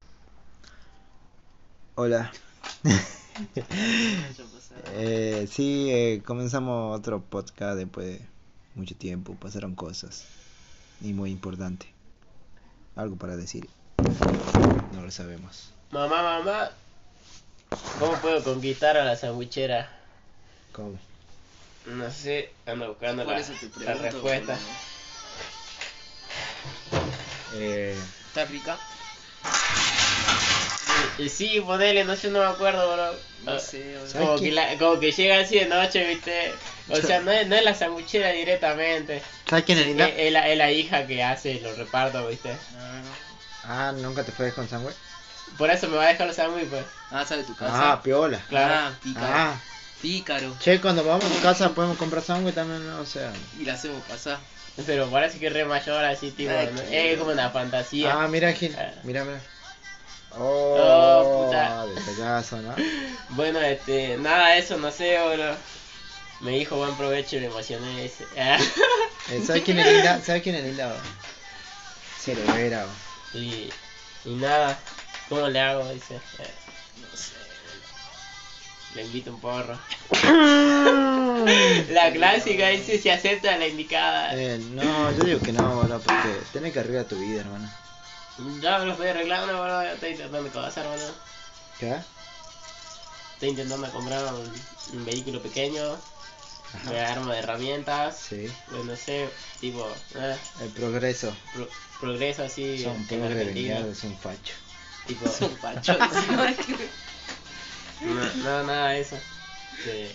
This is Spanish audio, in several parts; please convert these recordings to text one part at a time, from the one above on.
Hola. Eh, sí, eh, comenzamos otro podcast después de mucho tiempo. Pasaron cosas. Y muy importante. Algo para decir. No lo sabemos. Mamá, mamá, ¿cómo puedo conquistar a la sandwichera? ¿Cómo? No sé, ando buscando Por la, eso te la pregunto, respuesta. boludo. Eh, ¿Está rica? Y, y sí, ponele, no sé, no me acuerdo, bro. No Ah, sé, boludo. ¿Sabes Como qué? que, la- como que llega así de noche, viste. O sea, no es, no es la sandwichera directamente. ¿Sabes quién es Es, linda? es la, es la hija que hace los repartos, viste. No, no. Ah, ¿nunca te fue con sangre? Por eso me va a dejar los sándwiches, pues. Ah, sale tu casa. Ah, piola. claro. Ah, pícaro. Ah, Pícaro. che, cuando vamos a tu casa podemos comprar sangre también, o sea. Y la hacemos pasar. Pero parece que es re mayor, así, tipo. Ay, ¿no? qué Es como una fantasía. Ah, mira, Gil. Ah. Mira, mira. Oh, Oh, puta. de payaso, ¿no? Bueno, este, nada, eso no sé, bro. Me dijo buen provecho y me emocioné. Ese. Eh, ¿Sabes quién es linda? ¿Sabes quién es linda? bro? Cerebera, bro. y, y nada, ¿cómo le hago? Dice. Eh, No sé. Le invito un porro. La clásica dice si acepta la indicada. Eh, no, yo digo que no, bro, porque tenés que arreglar tu vida, hermano. Ya me lo estoy arreglando, bro. Estoy intentando cosas, bro. ¿Qué? Estoy intentando comprar un, un vehículo pequeño. Me armo de herramientas. Sí, Pues no sé, tipo, eh, el progreso. pro- progreso así Son en pobres de Argentina. mierda, son facho. Tipo, Es un pachón. No, no, nada de eso. Que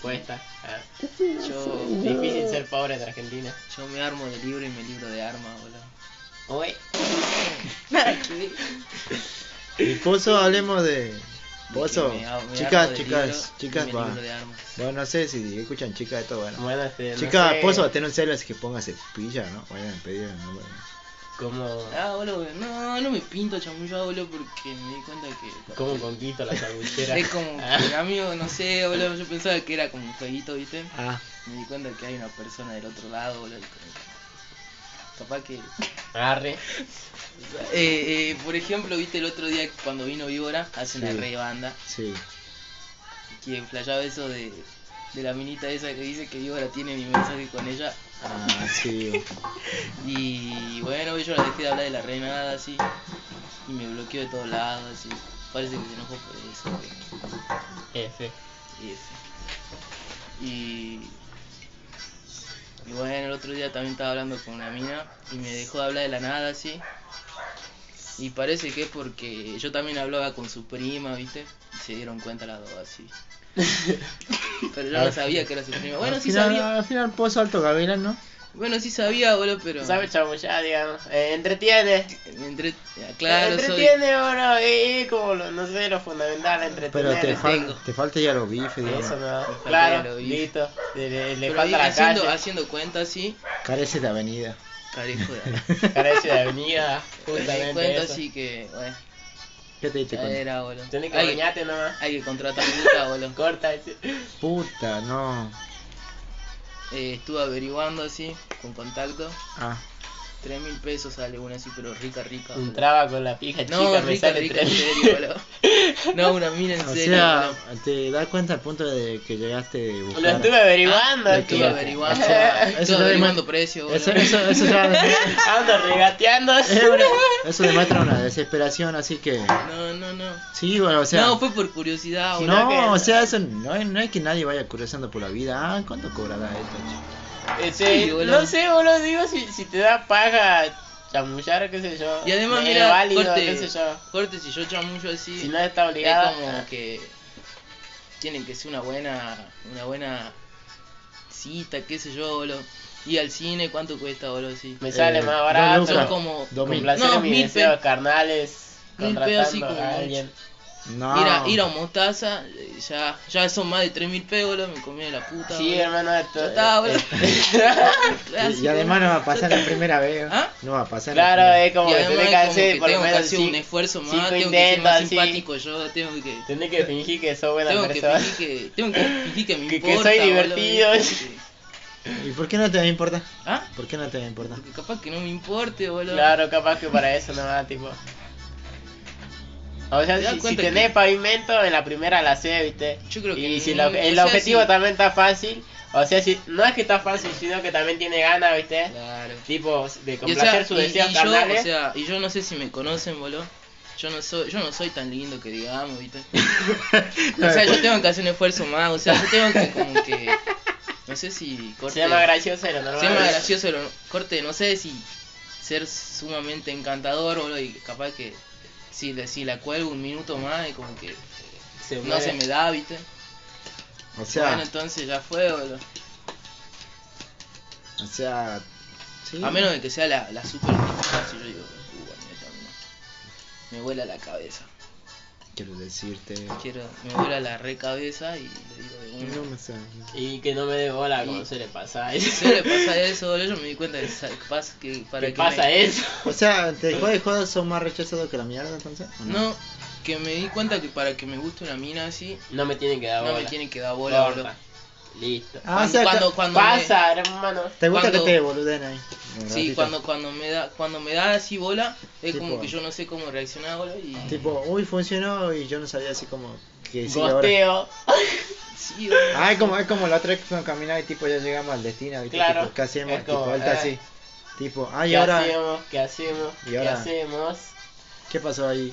cuesta. Ah, yo, Difícil ser pobre en Argentina. yo me armo de libro y me libro de arma, boludo. Uy, Y Pozo, hablemos de. De Pozo, que me ha- me armo chicas, de chicas, libro y chicas, me va. libro de armas. Bueno, no sé si escuchan chicas de todo, bueno. bueno, este, no Chicas, sé Pozo, ten un celo, así que póngase pilla, ¿no? Vayan a pedir el número. ¿Cómo, Ah, boludo, no, no me pinto chamullado, boludo, porque me di cuenta que. cómo conquisto la Ah, sanguchera? Es como que, amigo, no sé, boludo, yo pensaba que era como un jueguito, ¿viste? Ah, Me di cuenta que hay una persona del otro lado, boludo. y como- Capaz que. Arre. Eh, eh, por ejemplo, viste el otro día cuando vino Víbora, hace una Sí. re banda, sí. que flashaba eso de, de la minita esa que dice que Víbora tiene mi mensaje con ella. Ah, sí. Y bueno, yo la dejé de hablar de la renada así, y me bloqueó de todos lados, así. Parece que se enojó por eso. güey. F. Y eso. Y. Y bueno, el otro día también estaba hablando con una mina y me dejó de hablar de la nada así. Y parece que es porque yo también hablaba con su prima, ¿viste? Y se dieron cuenta las dos así. Pero yo no sabía que era su prima. Bueno, al, sí final, sabía. al final, Pozo Alto Gavilán, ¿no? Bueno, sí sabía, boludo, pero. ¿Sabes, chavo? Ya, digamos. Eh, entretiene. Eh, Me entre... Claro, soy. entretiene, bro. eh, Es como, lo- no sé, lo fundamental, Pero entretener. te, fal- tengo. te falta ya los bifes, digamos. Ah, Eso no. falta Claro, lo vi. listo. Le, le- le Pero falta la haciendo, calle. haciendo cuentas, sí. Carece de avenida. Carejo de. Carece de avenida. Me di Justamente. cuenta, eso. así que. Bueno, ¿Qué te diste cuenta? era, boludo. Tenés que Hay- bañarte nomás. Hay que contratar puta, boludo. Corta. este. ese. Puta, no. Eh, estuve averiguando así, con contacto. Ah, Tres mil pesos sale una así, pero rica, rica. boludo. Entraba con la pija chica, No, me rica, sale rica, en tres. serio, boludo. No, una mina en o serio. sea, boludo. te das cuenta al punto de que llegaste de buscar. Lo estuve averiguando, Ah, lo Estuve que- tío. averiguando. o sea, eso estuve no averiguando demanda- precio, boludo. Eso, eso, eso ya. Ando regateando. es una- eso demuestra una desesperación, así que. No, no, no. Sí, bueno, o sea. no, fue por curiosidad, boludo. no, que- o sea, eso no, es- no es que nadie vaya cruzando por la vida. Ah, ¿cuánto cobrará esto? che? Ese, Sí, boludo. Este, no sé, boludo, digo, si, si te da paja chamullar, qué sé yo. Y además, es mira, válido, corte, qué sé yo. corte, si yo chamullo así. Si no está es obligado. como que tienen que ser una buena una buena cita qué sé yo boludo y al cine cuánto cuesta boludo sí Me sale Eh, más dos barato. lucas. Son como- Dos mil. Complacer No, mis mil deseos pe- carnales. mil Contratando pesos, sí, como a alguien. No. ir a ir a un mostaza eh, ya ya son más de 3000 pesos boludo me comí de la puta Sí, boludo. Ah, hermano, esto. Ya está, boludo. Y, Así y además no va a pasar la primera vez. ¿Ah? No va a pasar la Claro, primera es como y que además tenés que como hacer que por lo tengo que menos hacer un cin- esfuerzo más cinco tengo que ser intentos, más así. simpático yo tengo que Tenés que fingir que sos buena tengo que persona. fingir que tengo que fingir que me Que- que importa soy boludo, divertido. ¿viste? ¿Y por qué no te va a importar? ah ¿Por qué no te va a importar? porque capaz que no me importe boludo Claro, capaz que para eso nomás, tipo. O sea, ¿Te das si, si cuenta tenés que- pavimento, en la primera la sé, ¿viste? Yo creo que y si no, lo- o el sea, objetivo sí. también está fácil, o sea, si, no es que está fácil, sino que también tiene ganas, ¿viste? Claro. Tipo, de Y, o complacer sea, sus y- deseos y yo, carnales. o sea, y yo no sé si me conocen, boludo. Yo no soy, yo no soy tan lindo que digamos, ¿viste? o sea, yo tengo que hacer un esfuerzo más, o sea, yo tengo que como que no sé si corte sea más gracioso de lo normal. sea más gracioso, lo- corte, no sé si ser sumamente encantador, boludo, y capaz que si le si la cuelgo un minuto más y como que Se no mueve. se me da, ¿viste? O sea, bueno, entonces ya fue, boludo. o sea, sí. A menos de que sea la, la super si yo digo, "Uh, bueno, esta no". me vuela la cabeza. Quiero decirte. Quiero, me vuela la re cabeza y le digo de una. No, o sea, Y que no me dé bola, como Y- se le pasa. Si le pasa eso, boludo, yo me di cuenta que, sa- que pasa- que para ¿Qué que pasa me- eso? o sea, ¿te juegos de juegos son más rechazados que la mierda entonces? ¿O No, que me di cuenta que para que me guste una mina así, No me tienen que dar no bola. me tiene que dar bola, Corta. boludo. Listo. Ah, o sea, cuando, que- cuando me- pasa, hermano. ¿Te gusta cuando- que te boluden ahí? sí, Ratito. cuando, cuando me da, cuando me da así bola, es Tipo- como que yo no sé cómo reaccionar, boludo, y Tipo, uy, funcionó y yo no sabía así como que sí ahora. Gosteo. sí, boludo. Ah, es como, es como la otra vez que nos caminaba y tipo ya llegamos al destino, ¿viste? Claro. Tipo, ¿qué hacemos? Es Tipo, como, él está eh. así. Tipo, ay, ¿Qué ahora, hacemos? ¿Qué hacemos? ¿Y ¿Qué ahora? hacemos? ¿qué pasó ahí?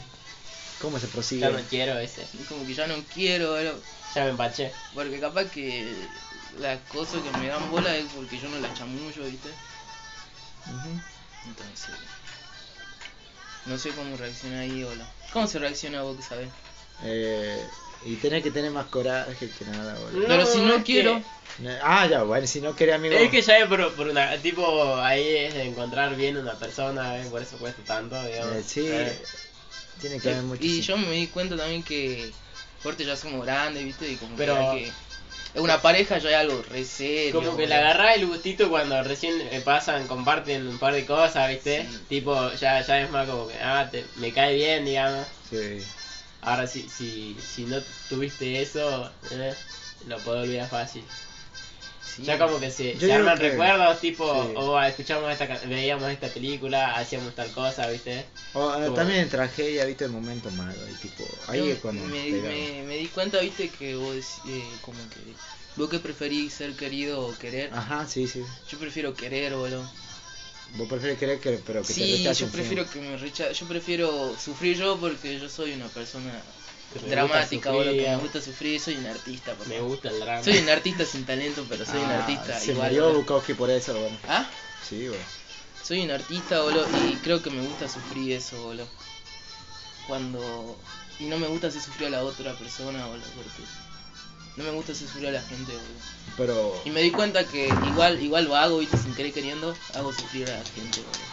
¿Cómo se Ya prosigue? no quiero ese. Y como que ya no quiero, boludo. Ya me empaché. Porque capaz que las cosas que me dan bola es porque yo no las chamullo, ¿viste? Ujú. Entonces, no sé cómo reacciona ahí, hola. ¿Cómo se reacciona vos que sabés? Eh, y tenés que tener más coraje que nada, boludo. Pero si no es que- quiero- No- Ah, ya, bueno, si no querés, amigo. Eh, Es que ya es por, por una. Tipo, ahí es de encontrar bien una persona, ¿ves? por eso cuesta tanto, digamos. Eh, sí, Eh, tiene que haber Y- mucho. y sí. yo me di cuenta también que, corte, ya somos grandes, ¿viste? Y como Pero- que, hay que- una pareja ya es algo re serio. Como que boludo. le agarrás el gustito cuando recién eh, pasan, comparten un par de cosas, ¿viste? Sí. Tipo, ya, ya es más como que, ah, te- me cae bien, digamos. Sí. Ahora, si, si, si no tuviste eso, eh, lo puedo olvidar fácil. Sí. Ya como que se, Yo se digo arman que- recuerdos, tipo, sí. o "Ah, escuchamos esta, ca- veíamos esta película, hacíamos tal cosa, ¿viste? O, eh, Como- también en tragedia, viste el momento malo. Y tipo, ahí Yo es cuando. me, pega. me- me di cuenta, ¿viste? Que vos, dec- eh, como que, vos que preferís ser querido o querer. Ah. Ajá, sí, sí. Yo prefiero querer, boludo. Vos prefieres creer que, pero que te Sí, rechacen. yo prefiero siempre. que me recha... yo prefiero sufrir yo porque yo soy una persona Que me dramática, gusta boludo, que me sufrir. gusta sufrir, soy un artista, por Me favor. gusta el drama. Soy un artista sin talento, pero soy un Ah, artista Se igual. murió boludo. Bukowski por eso, bueno. ¿Ah? Sí, bueno. Soy un artista, boludo, y creo que me gusta sufrir eso, boludo. Cuando y no me gusta hacer sufrir a la otra persona, boludo, porque no me gusta hacer sufrir a la gente, boludo. Pero. Y me di cuenta que igual igual lo hago, viste, sin querer queriendo, hago sufrir a la gente, boludo.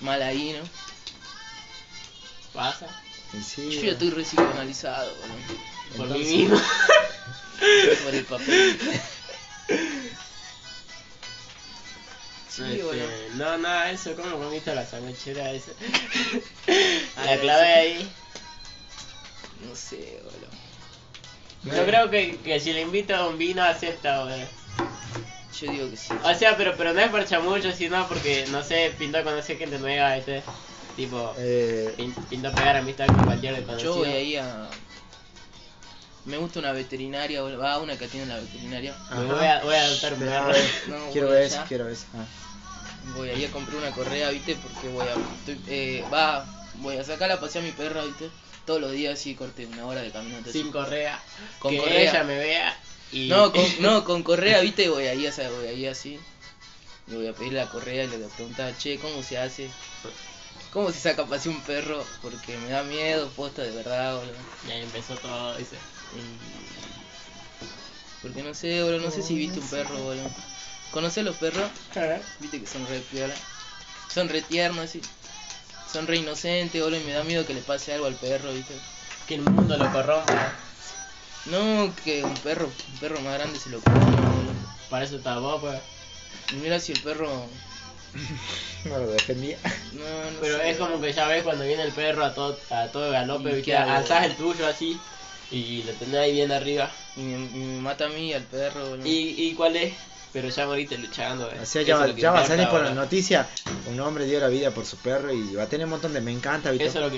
Mal ahí, ¿no? ¿Pasa? y sí, eh. Yo ya bueno. estoy re psicoanalizado, boludo. Por Entonces- mí mismo. Por el papel. Sí, Este, boludo. no, nada, eso, ¿cómo comiste la sandwichera esa? Ah, la clavé esa. ahí. No sé, boludo. Yo creo que, que si le invito a un vino acepta, boludo. Yo digo que sí. O sea, pero, pero no es por chamucho, sino porque, no sé, pintó conocer gente nueva, este. Tipo, Eh, pin- pintó pegar amistad con cualquier Yo desconocido. voy ahí a. Me gusta una veterinaria, boludo. Va una que atiende en la veterinaria. Me voy a- voy a adoptar un Pero, a perro. ver, No, quiero voy ver allá. eso, quiero ver eso. Ah. Voy ahí a comprar una correa, viste, porque voy a. estoy- eh, va, voy a sacar a pasear a mi perra, viste. Todos los días sí corté una hora de caminata. así. Sin correa. Con que correa. ella me vea. Y... No, con, no, con correa, viste, voy ahí, o sea, voy ahí así. Le voy a pedir la correa y le voy a preguntar, che, ¿cómo se hace? ¿Cómo se saca a pasear un perro? Porque me da miedo, posta, de verdad, boludo. Y ahí empezó todo, dice. Y- Porque no sé, boludo, no sé si viste un perro, boludo. ¿Conocés los perros? Viste que son re piola. Son re tiernos, así. Son re inocentes, boludo, y me da miedo que le pase algo al perro, viste. Que el mundo lo corrompa. No, que un perro, un perro más grande se lo coma, boludo. Para eso está vos, pues. Y mira si el perro No lo defendía. No, no Pero sé. es como que ya ves cuando viene el perro a todo, a todo ¿Y galope, ¿viste? qué hago? alzás el tuyo así y lo tenés ahí bien arriba. Y me, y me mata a mí, al perro, boludo. ¿Y, y cuál es? Pero ya moriste luchando. eh. O sea, Eso ya, va- es lo que ya va a importa salir por las ahora. noticias. Un hombre dio la vida por su perro y va a tener un montón de me encanta, ¿viste? Eso es lo que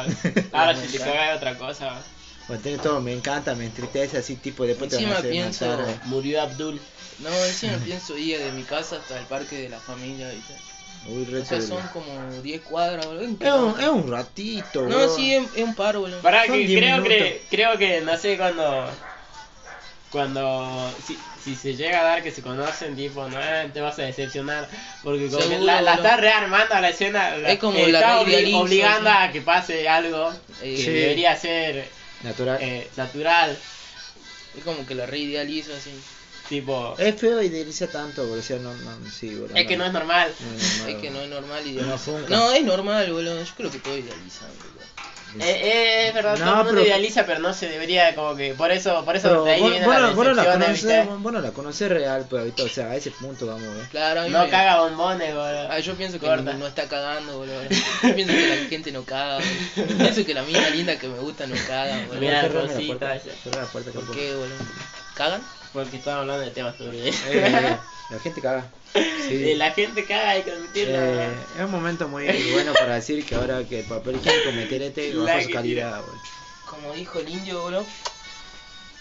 ahora. Ahora si te cagas otra cosa. Va a tener todo me encanta, me entristece, así tipo después te van a Encima hacer pienso- matar. Murió Abdul. No, encima pienso ir de mi casa hasta el parque de la familia, ¿viste? Uy, re O sea, turbio. son como 10 cuadras, boludo. es, un, es un ratito, No, bro. sí, es, es un paro, boludo. Pará, Son que 10 creo que, minutos. creo que, no sé, cuando, cuando, si, si se llega a dar que se conocen, tipo, no, eh, te vas a decepcionar, porque como que Seguro, la, la boludo. estás rearmando a la escena, la, Es como eh, la está Biblia obli- Lynch, obligando o sea. a que pase algo que Sí. debería ser Natural. eh, natural, Es como que lo reidealizo así. tipo, Es feo y delicia tanto, bro. O sea, no, no, sí, bro. es que no es normal, no es normal, Es que bro. no es normal No, idealizar. funca. No, es normal, boludo. Yo creo que todo idealiza, boludo. Eh, eh, es verdad, No, todo el mundo pero- idealiza, pero no se debería, como que, por eso, por eso, Pero de ahí vos, vienen vos las no- vos no la decepciones, conocés, ¿viste? vos no la conocés real, pero ahorita, o sea, a ese punto vamos, eh. Claro, a mí no me- caga bombones, boludo. Ah, yo pienso que Corta. no, no está cagando, boludo. Yo pienso que la gente no caga, boludo. Pienso que la mina linda que me gusta no caga, boludo. Mira, Cerrame la Rosita, puerta, ya. cerrá la puerta, ¿Por capaz. qué, boludo? ¿Cagan? Porque estaba hablando de temas turbios. Eh, la gente caga. Sí. Eh, La gente caga, hay que admitirlo. Eh, es un momento muy bueno para decir que ahora que el papel higiénico meterete La baja su que calidad, boludo. Como dijo el indio, boludo.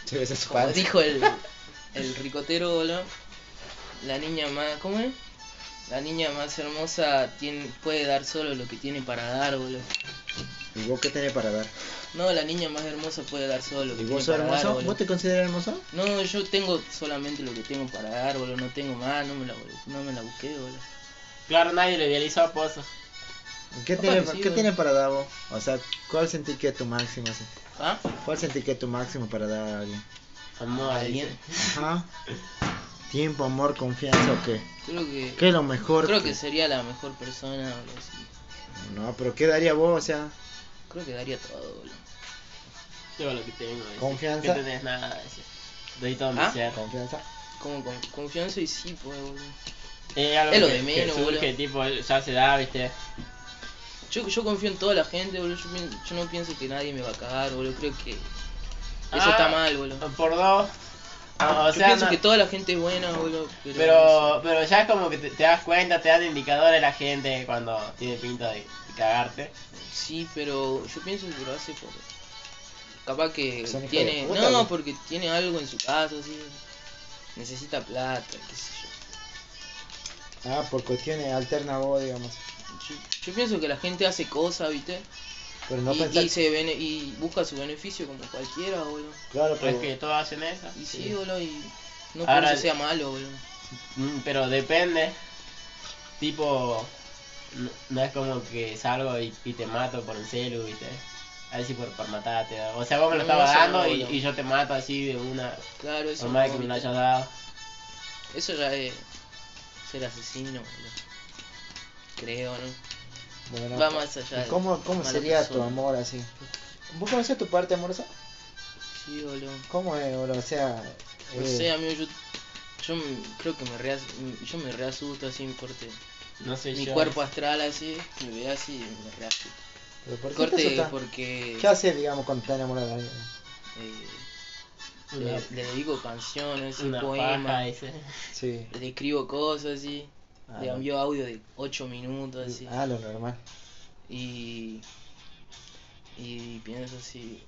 Se ve su Como panza. dijo el, el ricotero, boludo. La niña más. ¿Cómo es? La niña más hermosa tiene, puede dar solo lo que tiene para dar, boludo. ¿Y vos qué tenés para dar? No, la niña más hermosa puede dar solo lo que ¿Y tiene vos sos para dar, hermoso? boludo. ¿Vos te consideras hermoso? No, yo tengo solamente lo que tengo para dar, boludo. No tengo más, no me la, no me la busqué, boludo. Claro, nadie lo idealizó a Pozo. ¿Qué, Capaz tenés, que sí, ¿qué boludo. tenés para dar vos? O sea, ¿cuál sentís que es tu máximo? así? ¿Ah? ¿Cuál sentís que es tu máximo para dar a alguien? Amor, ¿Alguien? dice. Ajá. ¿Tiempo, amor, confianza o qué? Creo que. ¿Qué es lo mejor? Creo que sería la mejor persona, boludo. sí. No, pero ¿qué daría vos? O sea, Creo que daría todo, boludo. Yo lo que tengo. dice. Confianza. No tenés nada. dice. Doy todo mi ¿Ah? ser. confianza. Como con confianza y sí, pues, boludo. Eh, algo Es lo que- de menos, que surge, boludo. tipo, ya se da, viste. Yo, yo confío en toda la gente, boludo. Yo, pien- yo no pienso que nadie me va a cagar, boludo. Creo que. Eso Ah, está mal, boludo. Por dos. Ah, o yo sea, pienso no- que toda la gente es buena, boludo. Pero. pero, pero ya es como que te, te das cuenta, te dan indicadores la gente cuando tiene pinta de, de cagarte. Sí, pero yo pienso que lo hace por. Capaz que Son hijos de tiene. puta, no, boludo. porque tiene algo en su casa, así. Necesita plata, qué sé yo. Ah, por cuestiones alternas vos, digamos. Yo, yo pienso que la gente hace cosas, ¿viste? Pero no y, pensás... y se bene- y busca su beneficio como cualquiera, boludo. Claro, Pero pero... es Pues que todos hacen eso. Y sí, boludo, y no Ahora- por eso sea malo, boludo. Mm, Pero depende. Tipo, no, no es como que salgo y, y te mato por el celu, ¿viste? Así por, por matarte. ¿no? O sea, vos me lo No, estabas eso no, dando y, boludo. y yo te mato así de una. Claro, eso Por más no, que me lo ¿viste? hayas dado. Eso ya es ser asesino, boludo. Creo, ¿no? Bueno, Va más allá ¿y de ¿Cómo, cómo mala sería tu persona. amor así? ¿Vos conocés tu parte amorosa? Sí, boludo. ¿Cómo es, boludo? O sea... No eh, sé, amigo, yo, yo me- creo que me re, yo me reasusto así, mi corte. No sé Mi yo. cuerpo astral así, me ve así y me reasusto. ¿pero ¿Por qué te Corte asustás? porque ¿Qué haces, digamos, cuando estás enamorado de alguien? eh, Una, le, le dedico canciones, una paja, poemas, dice. Sí. le escribo cosas así, Ah, le no. envío audio de 8 minutos así. Ah, lo normal. Y, y pienso así,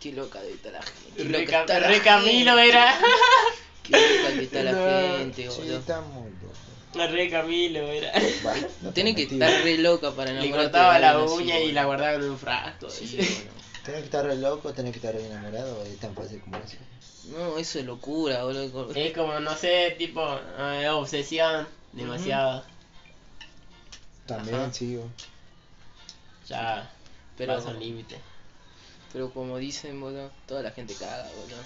qué loca de estar la gente. Qué loca Reca- está la Re Camilo gente, era. Qué loca que está la No, gente, Sí, boludo. está muy loco. Re Camilo era. Va, no te Tiene que mentí, estar boludo. re loca para Le enamorarte. cortaba de la alguien así, uña y boludo. la guardaba en un frasco. Sí, dice. Tenés que estar re loco, tenés que estar re enamorado, es tan fácil como eso. boludo. No, eso es locura, boludo. Es como, no sé, tipo, eh, obsesión. Demasiado. También, Ajá. sí, boludo. Ya. Pero, Pasa un límite. pero como dicen, boludo, toda la gente caga, boludo.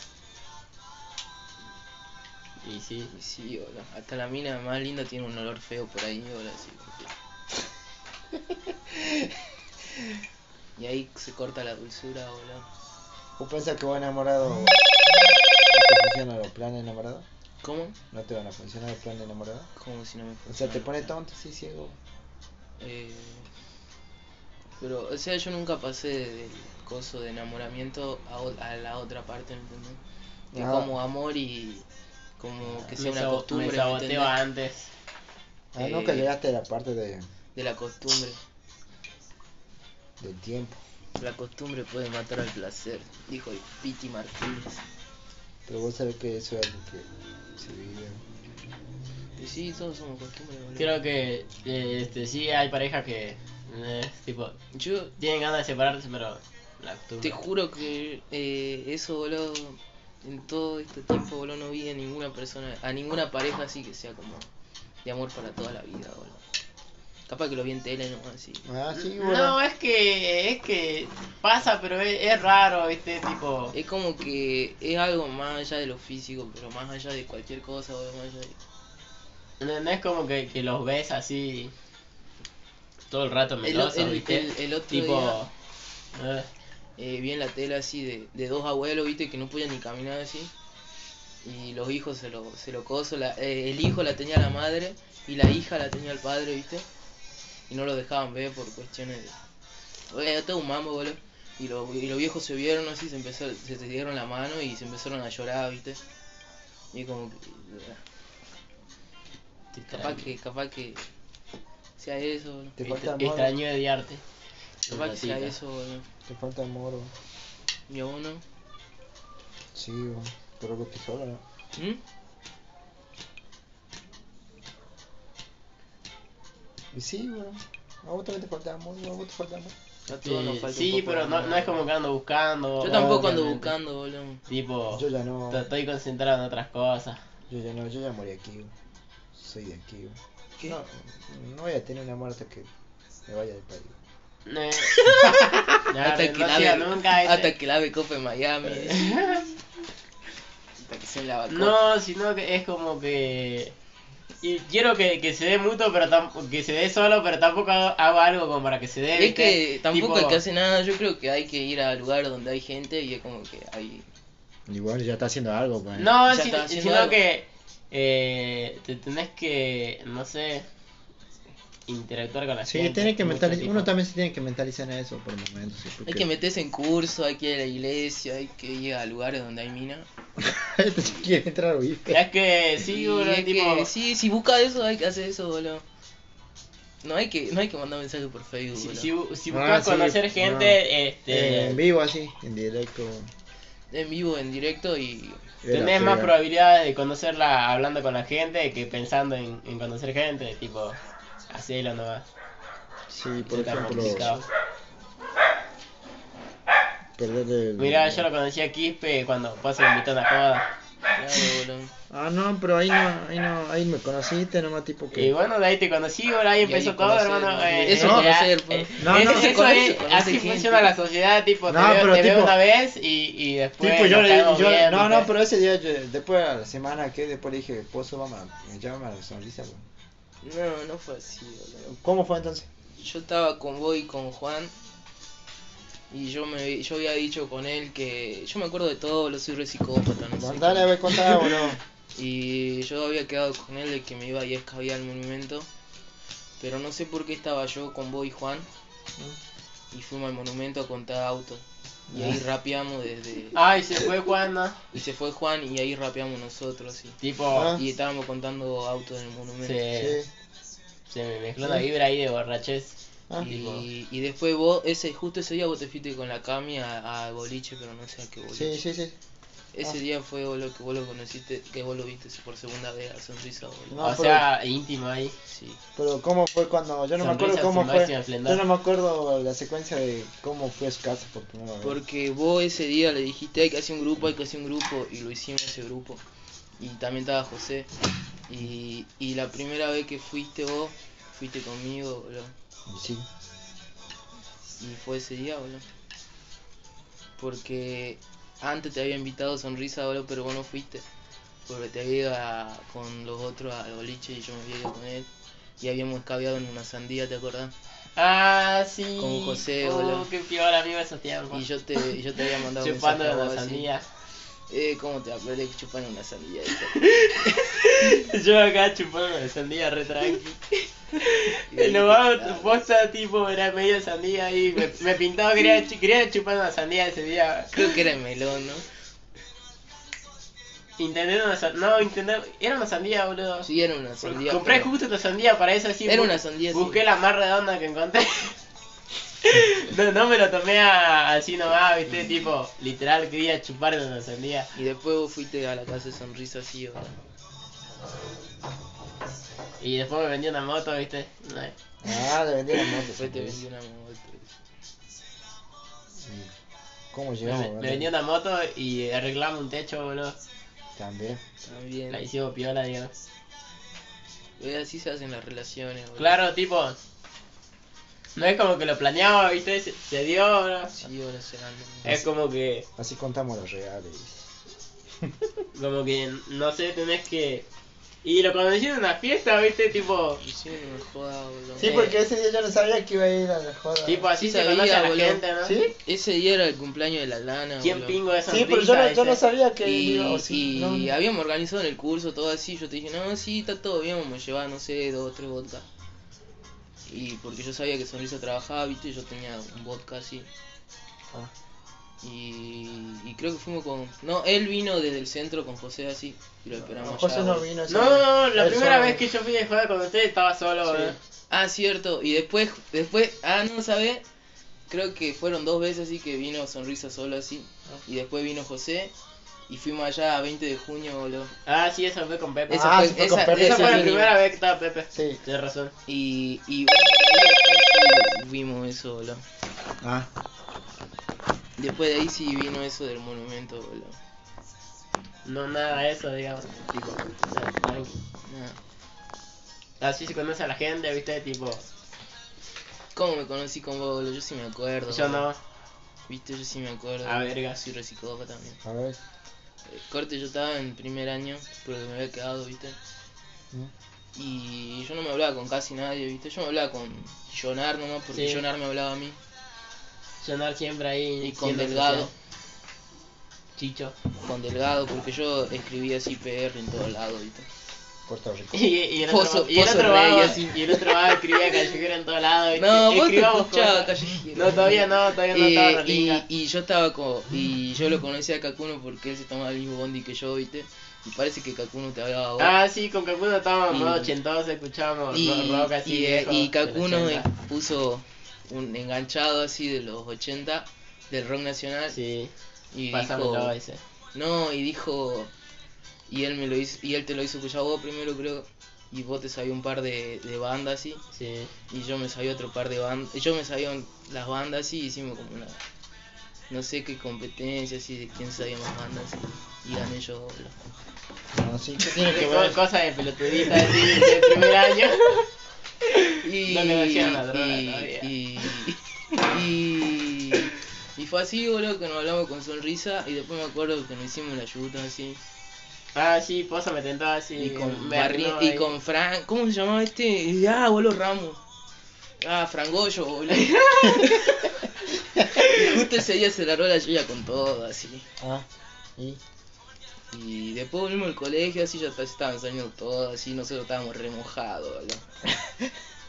Y sí. Y sí, boludo. Hasta la mina más linda tiene un olor feo por ahí, boludo. así, porque- y ahí se corta la dulzura, boludo. ¿Vos pensás que vos enamorado Mm. no te funcionan los planes enamorados? ¿Cómo? ¿No te van a funcionar los planes enamorados? Como si no me O sea, te funcionara. pone tonto, sí, ciego. Eh, pero, o sea, yo nunca pasé del coso de enamoramiento a, o- a la otra parte, ¿me entendés? De Ah. como amor y, como que sea Me, una sabo- costumbre. me ¿me saboteo entendés? antes. Ah, no, que Eh, llegaste a la parte de, De la costumbre. del tiempo. La costumbre puede matar al placer, dijo el Piti Martínez. Pero vos sabés que eso es algo que se vive. Y sí, todos somos costumbres, boludo. Creo que eh, este, sí hay parejas que eh, tipo, Yo tienen ganas de separarse, pero la costumbre. te juro que eh, eso, boludo, en todo este tiempo, boludo, no vi a ninguna persona, a ninguna pareja así que sea como de amor para toda la vida, boludo. Capaz que lo vi en tele nomás, así. Ah, sí, bueno. eh. No, es que es que pasa, pero es, es raro, ¿viste? Tipo, Es como que es algo más allá de lo físico, pero más allá de cualquier cosa, boludo, más allá de... no, no es como que, que los ves así todo el rato melosos, el- ¿viste? el- el otro tipo, eh, eh, vi en la tele así de, de dos abuelos, viste, que no podían ni caminar así. Y los hijos se lo, se lo coso, la- eh, el hijo la tenía la madre y la hija la tenía el padre, viste. Y no lo dejaban ver por cuestiones de... Oye, yo tengo un mambo, boludo. Y, lo- y los viejos se vieron así, se, empezó, se te dieron la mano y se empezaron a llorar, viste. Y como que... Capaz que, capaz que sea eso, boludo. Te extra- falta amor. extraño de arte. Capaz que sea eso, boludo. Te falta amor. bro. Mi abuelo. ¿Mm? Sí, bro. Pero que estoy sola, ¿no? ¿Mm? Y sí, bro. A vos también te falta amor, bro. A vos te falta amor. A todos nos falta un sí, poco de pero no, amor, no es boludo. como que ando buscando. Yo tampoco ando obviamente. buscando, boludo. Tipo, Yo ya no. t- estoy concentrado en otras cosas. Yo ya no. Yo ya morí aquí, bro. Soy de aquí, bro. ¿Qué? No, no voy a tener una muerte que me vaya del país. Eh, ya, hasta, no que la siga ave- nunca ese. hasta que la ave copa en Miami. hasta que se la vacó. No, sino que es como que. Y quiero que, que se dé mutuo, pero tam- que se dé solo, pero tampoco hago, hago algo como para que se dé. Es ¿viste? que tampoco ¿eh? Tipo, hay que hacer nada, yo creo que hay que ir a lugares donde hay gente y es como que hay... Igual ya está haciendo algo, pues. No, Ya si- estás haciendo sino algo. que. eh, te tenés que. No sé. Interactuar con la Sí, gente. tiene que mucho mentalizar. tipo. Uno también se tiene que mentalizar en eso por el momento. sí, Hay porque- que meterse en curso, hay que ir a la iglesia, hay que ir a lugares donde hay mina. Este se quiere entrar, ¿viste? Es que sí, Y boludo, es tipo. que, sí, si busca eso hay que hacer eso, boludo. No hay que, no hay que mandar mensajes por Facebook, Si, boludo. si, bu- si Ah, buscas sí, conocer gente, no. este. en vivo, así, en directo. En vivo, en directo y... Tenés más probabilidades de conocerla hablando con la gente que pensando en, en conocer gente, tipo, hacelo nomás. Sí, No por está ejemplo, complicado. perder el. Mirá, yo lo conocí a Quispe cuando pasa me invitó a una joda. Claro, boludo. Ah, no, pero ahí no, ahí no, ahí me conociste, nomás tipo que. Y bueno, de ahí te conocí, ahora ahí Y empezó ahí todo, conocer, hermano. ¿no? eh, Eso eh, conocer, eh, pues. eh, No, eso- no, eso conoce- es- conoce así gente. funciona la sociedad, tipo, No, te, veo, pero te veo tipo- una vez y, y después. Tipo, yo nos le caemos yo, bien, no, ¿viste? no, pero ese día, yo, después a la semana que después le dije, esposo, vamos, a- llámame a la sonrisa, bro. No, no fue así, boludo. ¿Cómo fue entonces? Yo estaba con vos y con Juan. Y yo me yo había dicho con él que. Yo me acuerdo de todo, lo soy re psicópata, no sé. Contale, a ver, contale, boludo. Y yo había quedado con él de que me iba a ir a escabiar al monumento. Pero no sé por qué estaba yo con vos y Juan. Y fuimos al monumento a contar autos. Y ahí rapeamos desde. Ay, se fue cuando. Y se fue Juan y ahí rapeamos nosotros. sí. Tipo, Ah. Y estábamos contando autos en el monumento. se, Sí. se me mezcló una vibra ahí de borrachez. Ah. Y, y después vos, ese justo ese día vos te fuiste con la Cami a, a boliche, pero no sé a qué boliche. Sí, sí, sí. Ah. Ese día fue vos lo que vos lo conociste, que vos lo viste por segunda vez a Sonrisa boludo. No, o pero- sea, íntimo ahí. Sí. Pero cómo fue cuando, yo no me acuerdo Sonrisas cómo sin fue. máximo esplendor. Yo no me acuerdo la secuencia de cómo fue su casa por primera vez. Porque vos ese día le dijiste hay que hacer un grupo, hay que hacer un grupo, y lo hicimos ese grupo. Y también estaba José. Y, y la primera vez que fuiste vos, fuiste conmigo, boludo. Sí. Y fue ese día, boludo. Porque antes te había invitado Sonrisa, boludo, pero vos no fuiste. Porque te había ido a- con los otros al boliche y yo me había ido con él. Y habíamos escabeado en una sandía, ¿te acordás? Ah, sí. Con José, oh, boludo. qué peor amigo esos tiempos. Y yo te, y yo te había mandado un chupando mensaje a la vos, así, sandía. Eh, ¿cómo te va a perder que chupan una sandía? Yo acá chupando la sandía re tranqui. Eh, Y- Lo más posta tipo era medio sandía ahí. Me, me pintaba, quería, ch- quería chupar una sandía ese día. Creo que era el melón, ¿no? Intenté una sandía. No, intenté. Era una sandía, boludo. Sí, era una sandía. Compré pero- justo esta sandía para eso, sí. Era bu- una sandía, sí. Busqué la más redonda que encontré. no, no me lo tomé a- así nomás, viste, tipo, literal quería chupar de una sandía. Y después vos fuiste a la casa de sonrisa así, o... Y después me vendió una moto, viste. No, Ah, de vender la moto. Después te vendí una moto. ¿Cómo Me, llegamos? me vendió una moto y arreglamos un techo, boludo. También. También. La hicimos piola, digamos. Eh, Así se hacen las relaciones, boludo. Claro, tipo. No es como que lo planeaba, viste, se, se dio, boludo. Sí, ahora se dan- Es como que. Así contamos los reales. Como que, no sé, tenés que. Y lo conocí en una fiesta, viste, tipo. Y Sí, no me jodas, boludo. Sí, Sí, porque porque ese día yo no sabía que iba a ir a la joda. Tipo, así Sí se sabía, conoce a la boludo. gente, ¿no? ¿Sí? Ese día era el cumpleaños de la lana, ¿Quién boludo. pingo de sonrisa? Sí, pero yo no, yo no dice? sabía que y, iba o sí, y no, no. habíamos organizado en el curso todo así, yo te dije, no, sí, está todo bien, vamos a llevar, no sé, dos o tres vodka. Y porque yo sabía que Sonrisa trabajaba, viste, yo tenía un vodka así. Ah. Y, y creo que fuimos con... No, él vino desde el centro con José así, y lo esperamos José allá, no boludo. vino. sí. No, no, no, la Él primera solo. vez que yo fui de joda con ustedes estaba solo, Sí. boludo. Ah, cierto, y después, después, ah, no, ¿sabes? Creo que fueron dos veces así que vino Sonrisa solo así, y después vino José, y fuimos allá a 20 de junio, boludo. Ah, sí, eso fue con Pepe. Esa Ah, fue, sí fue con esa- Pepe, Esa esa sí, fue la mínima. primera vez que estaba Pepe. Sí. Tienes razón. Y, y bueno, sí vimos eso, boludo. Ah, Después de ahí sí vino eso del monumento, boludo. No, nada de eso, digamos. Tipo, nada, nada. Nada. así se conoce a la gente, viste, tipo. ¿Cómo me conocí con vos, boludo? Yo sí me acuerdo. Yo boludo. no. Viste, yo sí me acuerdo. A verga. Soy re psicópata también. a ver. Corte, yo estaba en primer año, pero que me había quedado, viste. ¿Mm? Y yo no me hablaba con casi nadie, viste. Yo me hablaba con Jonar nomás, porque Sí. Jonar me hablaba a mí. Yo no siempre ahí. Y con siendo Delgado. social. Chicho. Con Delgado, porque yo escribía así PR en todos lados, viste. Puerto Rico. Y, y el Pozo- otro, y el Pozo otro Rey, vago, así. y el otro vago escribía callejero en todos lados. ¿viste? No, vos te Escribamos escuchabas cosas. callejero. No, todavía no, todavía no Eh, estaba relinga. y, y yo estaba como y yo lo conocí a Kakuno porque él se tomaba el mismo bondi que yo, ¿viste? Y parece que Kakuno te hablaba a vos. Ah, sí, con Kakuno estábamos Y- en modo ochentoso, escuchábamos Mm. y, ro- rock así y, eh, viejo, y eh, del Kakuno 80. puso un enganchado así de los 80 del rock nacional Sí, y pásamelo dijo, ese. no, y dijo y él me lo hizo y él te lo hizo escuchar a vos primero, creo. Y vos te sabías un par de, de bandas así Sí. y yo me sabía otro par de bandas, yo me sabía un- las bandas así, hicimos como una, no sé qué competencia así de quién sabía más bandas y gané yo. boludo. No, sí, Ah, ¿qué tiene que Co- ver? Cosa de pelotudita así de primer año. Y, No me decían la droga y- todavía. y, y, y fue así, boludo, que nos hablamos con sonrisa y después me acuerdo que nos hicimos la yuta así. Ah, sí, Pozo me tentó así. y con me Barri- arruinó y ahí. con Fran, ¿cómo se llamaba este? Ah, boludo Ramos. Ah, Frangollo, boludo. Y justo ese día se largó la lluvia con todo, así. Ah, y. Y después volvimos al colegio, así ya t- estaban saliendo todos, así nosotros estábamos remojados, boludo.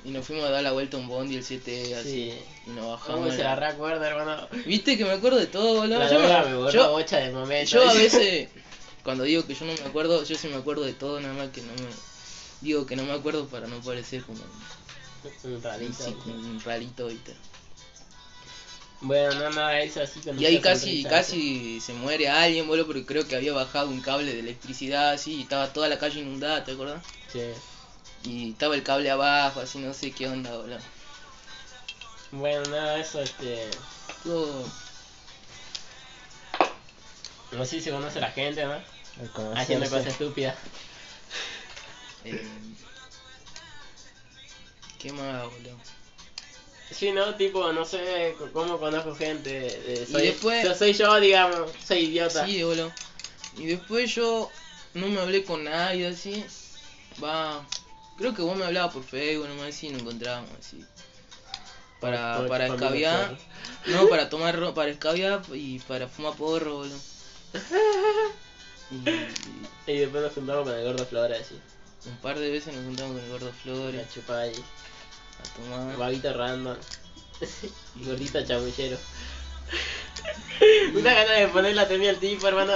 Y nos fuimos a dar la vuelta a un bondi el 7 así. Sí. Y nos bajamos. ¿Cómo en se la- la recuerda, hermano? Viste que me acuerdo de todo, boludo. la Yo droga me- me borró yo- bocha de momento. yo a veces, cuando digo que yo no me acuerdo, yo sí me acuerdo de todo, nada más que no me. Digo que no me acuerdo para no parecer como un, Un rarito. sí, como un ralito ahorita. Bueno, no, no, eso así con Y ahí mucha casi, sonrisa, sí. casi se muere alguien, boludo, porque creo que había bajado un cable de electricidad así y estaba toda la calle inundada, ¿te acordás? Sí. Y estaba el cable abajo, así no sé qué onda, boludo. Bueno, no, eso este. Estuvo- No sé si se conoce la gente, ¿no? El conocerse. Ah, Haciendo cosas estúpidas. eh, ¿Qué más, boludo? Sí, no, tipo, no sé c- cómo conozco gente. eh, soy, Y después- Yo soy yo, digamos, soy idiota. Sí, boludo. Y después yo no me hablé con nadie así. Va. Creo que vos me hablabas por Facebook nomás así y nos encontrábamos así. Para, Todo para chupando los escabiar. chorros. No, para tomar ro- para escabiar y para fumar porro, boludo. Y Y después nos juntamos con el gordo Flores, así. un par de veces nos juntamos con el gordo Una Flores Ah. chupada ahí. a tomar. Vaguito random. Gordito chamullero. Una gana de poner la temia al tipo, hermano.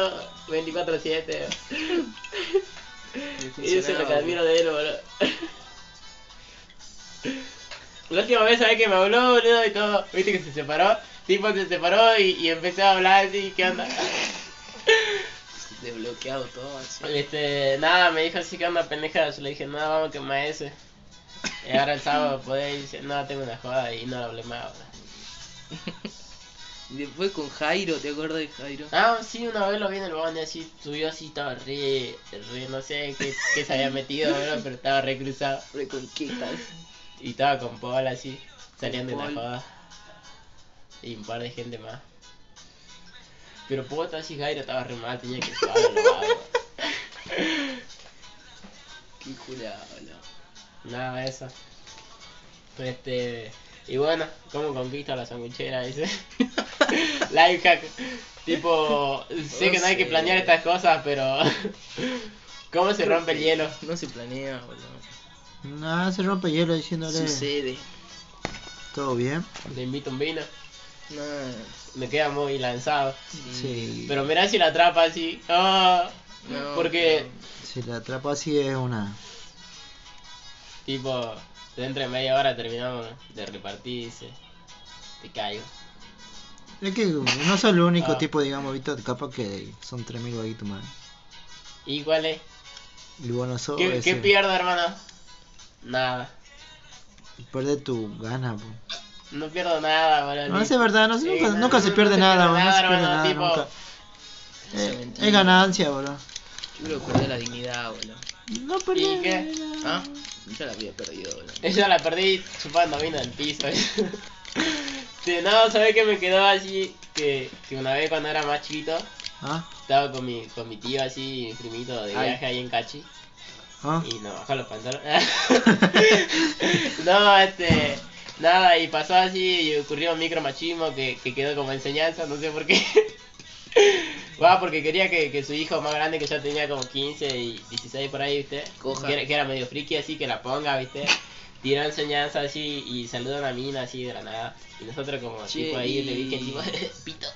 24-7. Y eso es lo que funcionaba, admiro de él, boludo. La última vez, ¿sabes que me habló, boludo? Y todo, viste que se separó. Tipo se separó y, y empezó a hablar así, ¿qué onda? Desbloqueado todo así. Este, nada, me dijo así, ¿qué onda, pendeja? Yo le dije, no, vamos que me ese. Y ahora el sábado podés, y dice, no, tengo una joda y no lo hablé más, boludo. Y después con Jairo, ¿te acuerdas de Jairo? Ah, sí, una vez lo vi en el bondi así, subió así, estaba re, re, no sé qué, qué se había metido, boludo, pero estaba re cruzado. Reconquistas. Y estaba con Paul así, saliendo de Paul. la joda. Y un par de gente más. Pero Paul estaba así, Jairo estaba re mal, tenía que estar Qué curado, boludo. Nada de eso. Este. Y bueno, ¿cómo conquista la sanguchera? Dice. Life hack. Tipo, sé que no hay que sé. planear estas cosas, pero. ¿Cómo se rompe el hielo? No se planea, boludo. Ah, se rompe hielo diciéndole. Sucede. ¿Todo bien? Le invito un vino. Nada. Me queda muy lanzado. Sí. Pero mirá si la atrapa así. ah, No, porque, Si la atrapa así es una. tipo, dentro de media hora terminamos de repartir. Dice. Te caigo. Es que no soy el único Ah. tipo, digamos, Víctor, capaz que son 3.000 vaguitos más. ¿Y cuál es? Y vos no sos ¿Qué, ¿Qué ese. pierdo, hermano? Nada. Pierde tu gana, po. No pierdo nada, boludo. No, Ni- es verdad, no, se- Sí, nunca, no, nunca no, se no pierde se nada, bro, no pierde nada, se pierde hermano, nada tipo- nunca. Se Eh, mentira. es ganancia, bro. Yo creo que perdí la dignidad, boludo. No perdí. ¿Y qué? nada. ¿Ah? Yo la había perdido, boludo. Ella la perdí chupando vino del piso. sí, no, sabes que me quedó así que, que una vez cuando era más chiquito, ¿Ah? estaba con mi, con mi tío así, mi primito de Ay. viaje ahí en Cachi. ¿Ah? Y nos bajó los pantalones. no, este. Nada, y pasó así y ocurrió un micromachismo que, que quedó como enseñanza, no sé por qué. Va, porque quería que, que su hijo más grande, que ya tenía como 15 y 16 por ahí, ¿viste? Coja. Que era, que era medio friki, así que la ponga, ¿viste? Tiró enseñanza así y saludó a una mina así de la nada. Y nosotros como Che, tipo ahí le y- dije tipo, pito.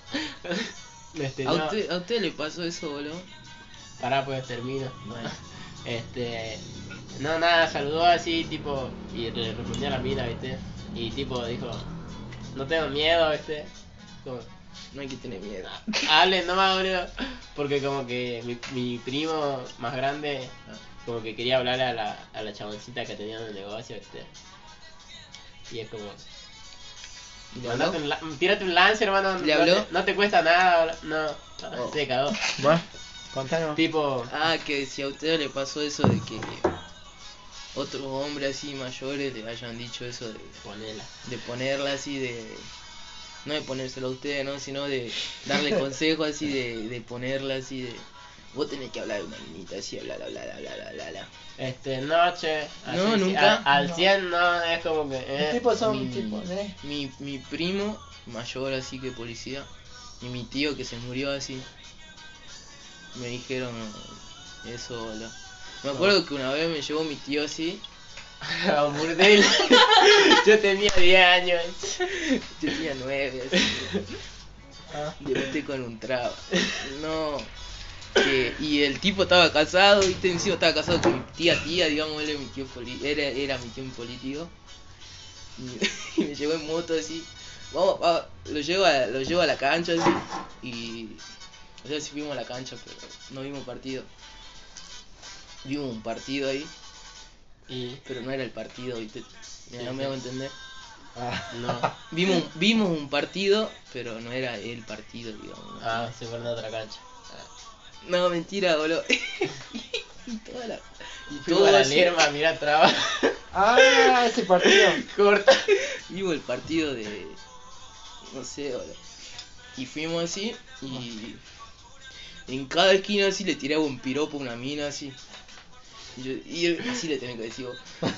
este, ¿A no, usted, ¿A usted le pasó eso, boludo? pará pues termino. Bueno. Este. No, nada, saludó así, tipo. Y le respondió a la mina, viste. Y tipo dijo: No tengo miedo, viste. Como, No hay que tener miedo. Hable nomás, boludo. Porque como que mi, mi primo más grande, como que quería hablar a la, a la chaboncita que tenía en el negocio, viste. Y es como. ¿Le habló? mandate un la- tírate un lance, hermano. ¿Le no, habló? Te, no te cuesta nada, boludo. No, Oh. se cagó. Bueno, contanos. Tipo. Ah, que si a usted le pasó eso de que otros hombres así mayores le hayan dicho eso de, Ponela. de ponerla así de... No de ponérselo a usted, ¿no? Sino de darle consejo así de, de ponerla así de... Vos tenés que hablar de una niñita así, hablar, hablar, hablar, hablar, hablar. Este, noche. No, nunca. al 100 no, es como que. eh, mi, mi, mi primo, mayor así que policía, y mi tío que se murió así, me dijeron eso, boludo. Me acuerdo que una vez me llevó mi tío así, a un burdel. Yo tenía 10 años. yo tenía nueve, así, Ah. debuté con un traba. No. que- y el tipo estaba casado, viste, encima estaba casado con mi tía tía, digamos, él era mi tío, poli- era, era mi tío en político. Y, y me llevó en moto así. Vamos, pa- lo, llevo a, lo llevo a la cancha así. Y. O sea, sí fuimos a la cancha, pero no vimos partido. Vimos un partido ahí, Y. pero no era el partido, viste. Sí, no sí. me hago entender. Ah. No. Vimos, vimos un partido, pero no era el partido, digamos. Ah, se fueron a otra cancha. No, mentira, boludo. y toda la. Y Fui a la así. lerma, mira, traba. Ah, ese partido. Corta. Vimos el partido de. No sé, boludo. Y fuimos así y. En cada esquina así le tiraba un piropo a una mina así. Y, yo, y él- así le tenés que decir vos.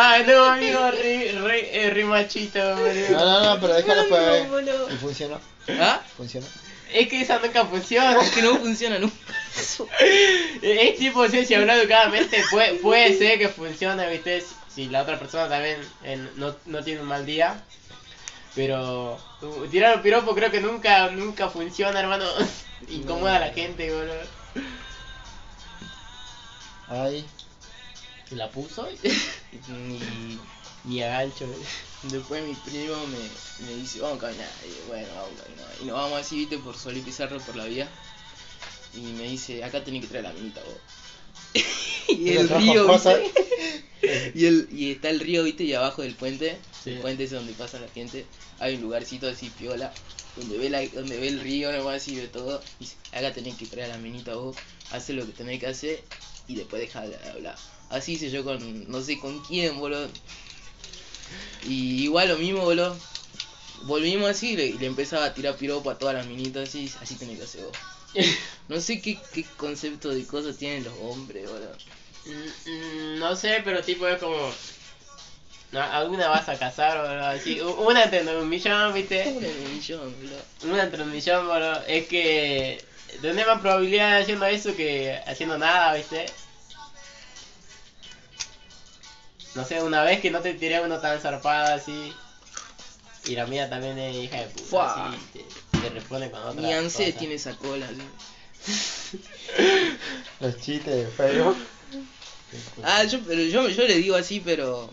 Ay, no, amigo, re, re, eh, re machito, No, boludo. no, no, pero déjalo para No, ver. boludo. Y funcionó, ¿Ah? funcionó. Es que esa nunca funciona. Que no funciona nunca. Es tipo, si, si habla educadamente, puede, puede ser que funcione, ¿viste? Si, si la otra persona también eh, no, no tiene un mal día. Pero uh, tirar un piropo creo que nunca, nunca funciona, hermano. Incomoda a la gente, boludo. Ay, La puso Y ni a gancho. eh. después mi primo me, me dice, vamos a caminar. Y yo, bueno, vamos a caminar. Y nos vamos así, viste, por Sol y Pizarro, por la vía. Y me dice, acá tenés que traer la minita vos. y Mira, el trajo río, cosas. viste. y, el, y está el río, viste, y abajo del puente. Sí. El puente es donde pasa la gente. Hay un lugarcito así, piola. Donde ve, la, donde ve el río, nomás así de todo. Y dice, acá tenés que traer la minita vos. Hace lo que tenés que hacer. Y después deja de hablar. Así hice yo con, no sé con quién, boludo. Y igual lo mismo, boludo. Volvimos así y le, y le empezaba a tirar piropo a todas las minitas así, así tenés que hacer vos. No sé qué, qué concepto de cosas tienen los hombres, boludo. Mm, mm, No sé, pero tipo es como. No, alguna vas a casar, boludo. Así, u- una entre un millón, viste. Pobre de millón, boludo. Una entre un millón, boludo. Es que. Tenés más probabilidad haciendo eso que haciendo nada, viste. No sé, una vez que no te tiré uno tan zarpado así. Y la mía también es hija de puta. Fua. Así, te, te responde con otra. Ni ANSES cosa. tiene esa cola, así. los chistes de Facebook. Ah, yo, pero yo, yo le digo así, pero.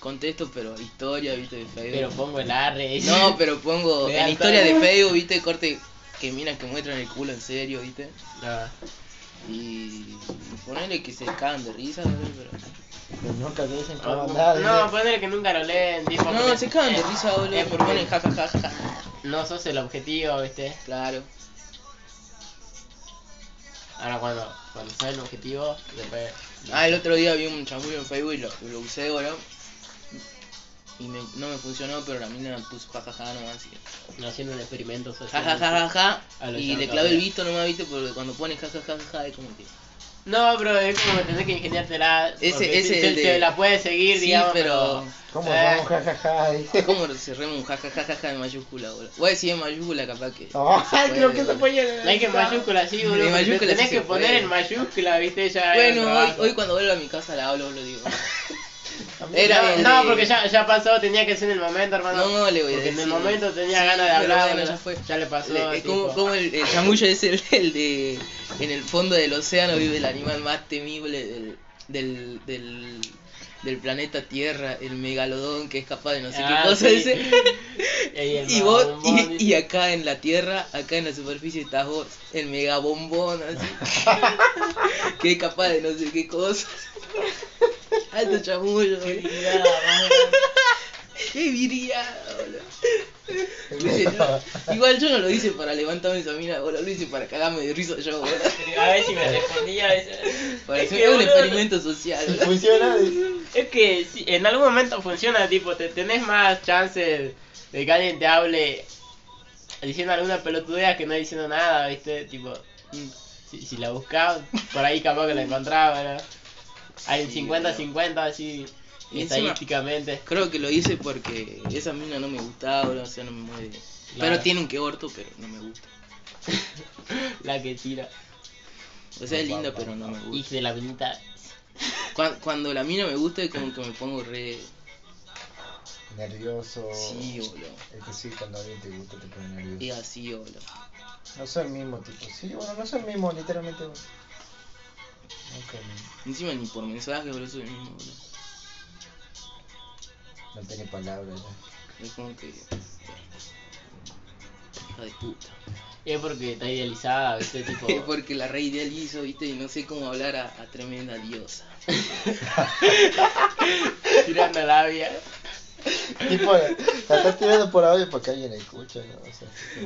Contesto, pero historia, viste, de Pero Facebook. pongo el arre. No, pero pongo. Le da En historia de todo. Facebook, viste, corte que minas que muestran el culo en serio, viste. No. Y. Ponele que se cagan de risa, boludo, pero. Pero nunca te dicen cómo andar. Ah, No, poner que nunca lo leen, tipo. No, porque- se cagan de risa, boludo. Es por ponen eh, porque ja, ja, ja, ja, ja. no sos el objetivo, ¿viste? Claro. Ahora cuando, cuando sos el objetivo, después. Ah, el otro día vi un chamuyo en Facebook y lo, lo usé, boludo. Y me- no me funcionó, pero la mina puso ja, ja, ja, nomás. así que, No haciendo un experimento Ja, social. ja, ja, ja, ja. A lo Y Jean le clavé el Gabriel. visto nomás, viste, porque cuando pone ja, ja, ja, ja, ja, es como que. No, pero es como que tenés que ingeniártela. Ese- porque ese se, es el se- de- se la puede seguir, Sí, digamos. pero- ¿Cómo Eh, vamos? Jajaja. Es como cerremos un ja, ja, ja, ja, ja en mayúscula, boludo. Voy a decir en mayúscula, capaz que. Ay, creo que se Bueno. fue No hay que en mayúscula, sí, boludo. En porque mayúscula tenés sí que se poner puede. en mayúscula, ¿viste? Ya era un Bueno, hoy, trabajo. hoy cuando vuelvo a mi casa la hablo, lo digo. No, Era eh, el no, de- porque ya, ya pasó, tenía que ser en el momento, hermano. No, le voy a Porque en el decir. momento tenía Sí, ganas de pero hablar, bueno, boludo. ya fue. Ya le pasó. Le- eh, como, tipo. como el, el chamuyo es el, el de. En el fondo del océano vive el animal más temible del, del, del, del planeta Tierra, el megalodón que es capaz de no sé Ah, qué cosa sí. ese. Ey, el Y vos, mamón, y, y acá en la Tierra, acá en la superficie estás vos, el megabombón, así. que es capaz de no sé qué cosa. Alto chamullo, boludo. Qué viría, boludo. Dice, no, Igual yo no lo hice para levantarme esa mina, boludo, lo hice para cagarme de risa yo, boludo. A ver si me respondía. Es, Para es hacer que, un boludo, experimento social. boludo. Funciona. es que si en algún momento funciona, tipo, te tenés más chances de que alguien te hable diciendo alguna pelotudea que no diciendo nada, ¿viste? Tipo, Mm. si, si la buscabas, por ahí capaz que la encontrabas, ¿no? Hay un Sí, 50-50 así, Y encima- estadísticamente. Creo que lo hice porque esa mina no me gustaba, boludo, o sea, no me mueve. Claro. Pero tiene un que orto, pero no me gusta. La que tira. O sea, es linda, pero no me Y gusta. de la vinita. Cuan- Cuando, la mina me gusta es como que me pongo re... Nervioso. Sí, boludo. Es que sí, cuando alguien te gusta te pone Es nervioso. así, boludo. No soy el mismo tipo. Sí, bueno, no soy el mismo, literalmente. Nunca el mismo. Encima ni por mensaje, boludo, soy el mismo, boludo. No tiene palabras. ¿no? Es como que... Hija de puta. Es porque está idealizada, ¿viste? Tipo, Es porque la re idealizo, viste, y no sé cómo hablar a, a tremenda diosa. tirando labia. Tipo, la estás tirando por audio para que alguien la escuche, ¿no? O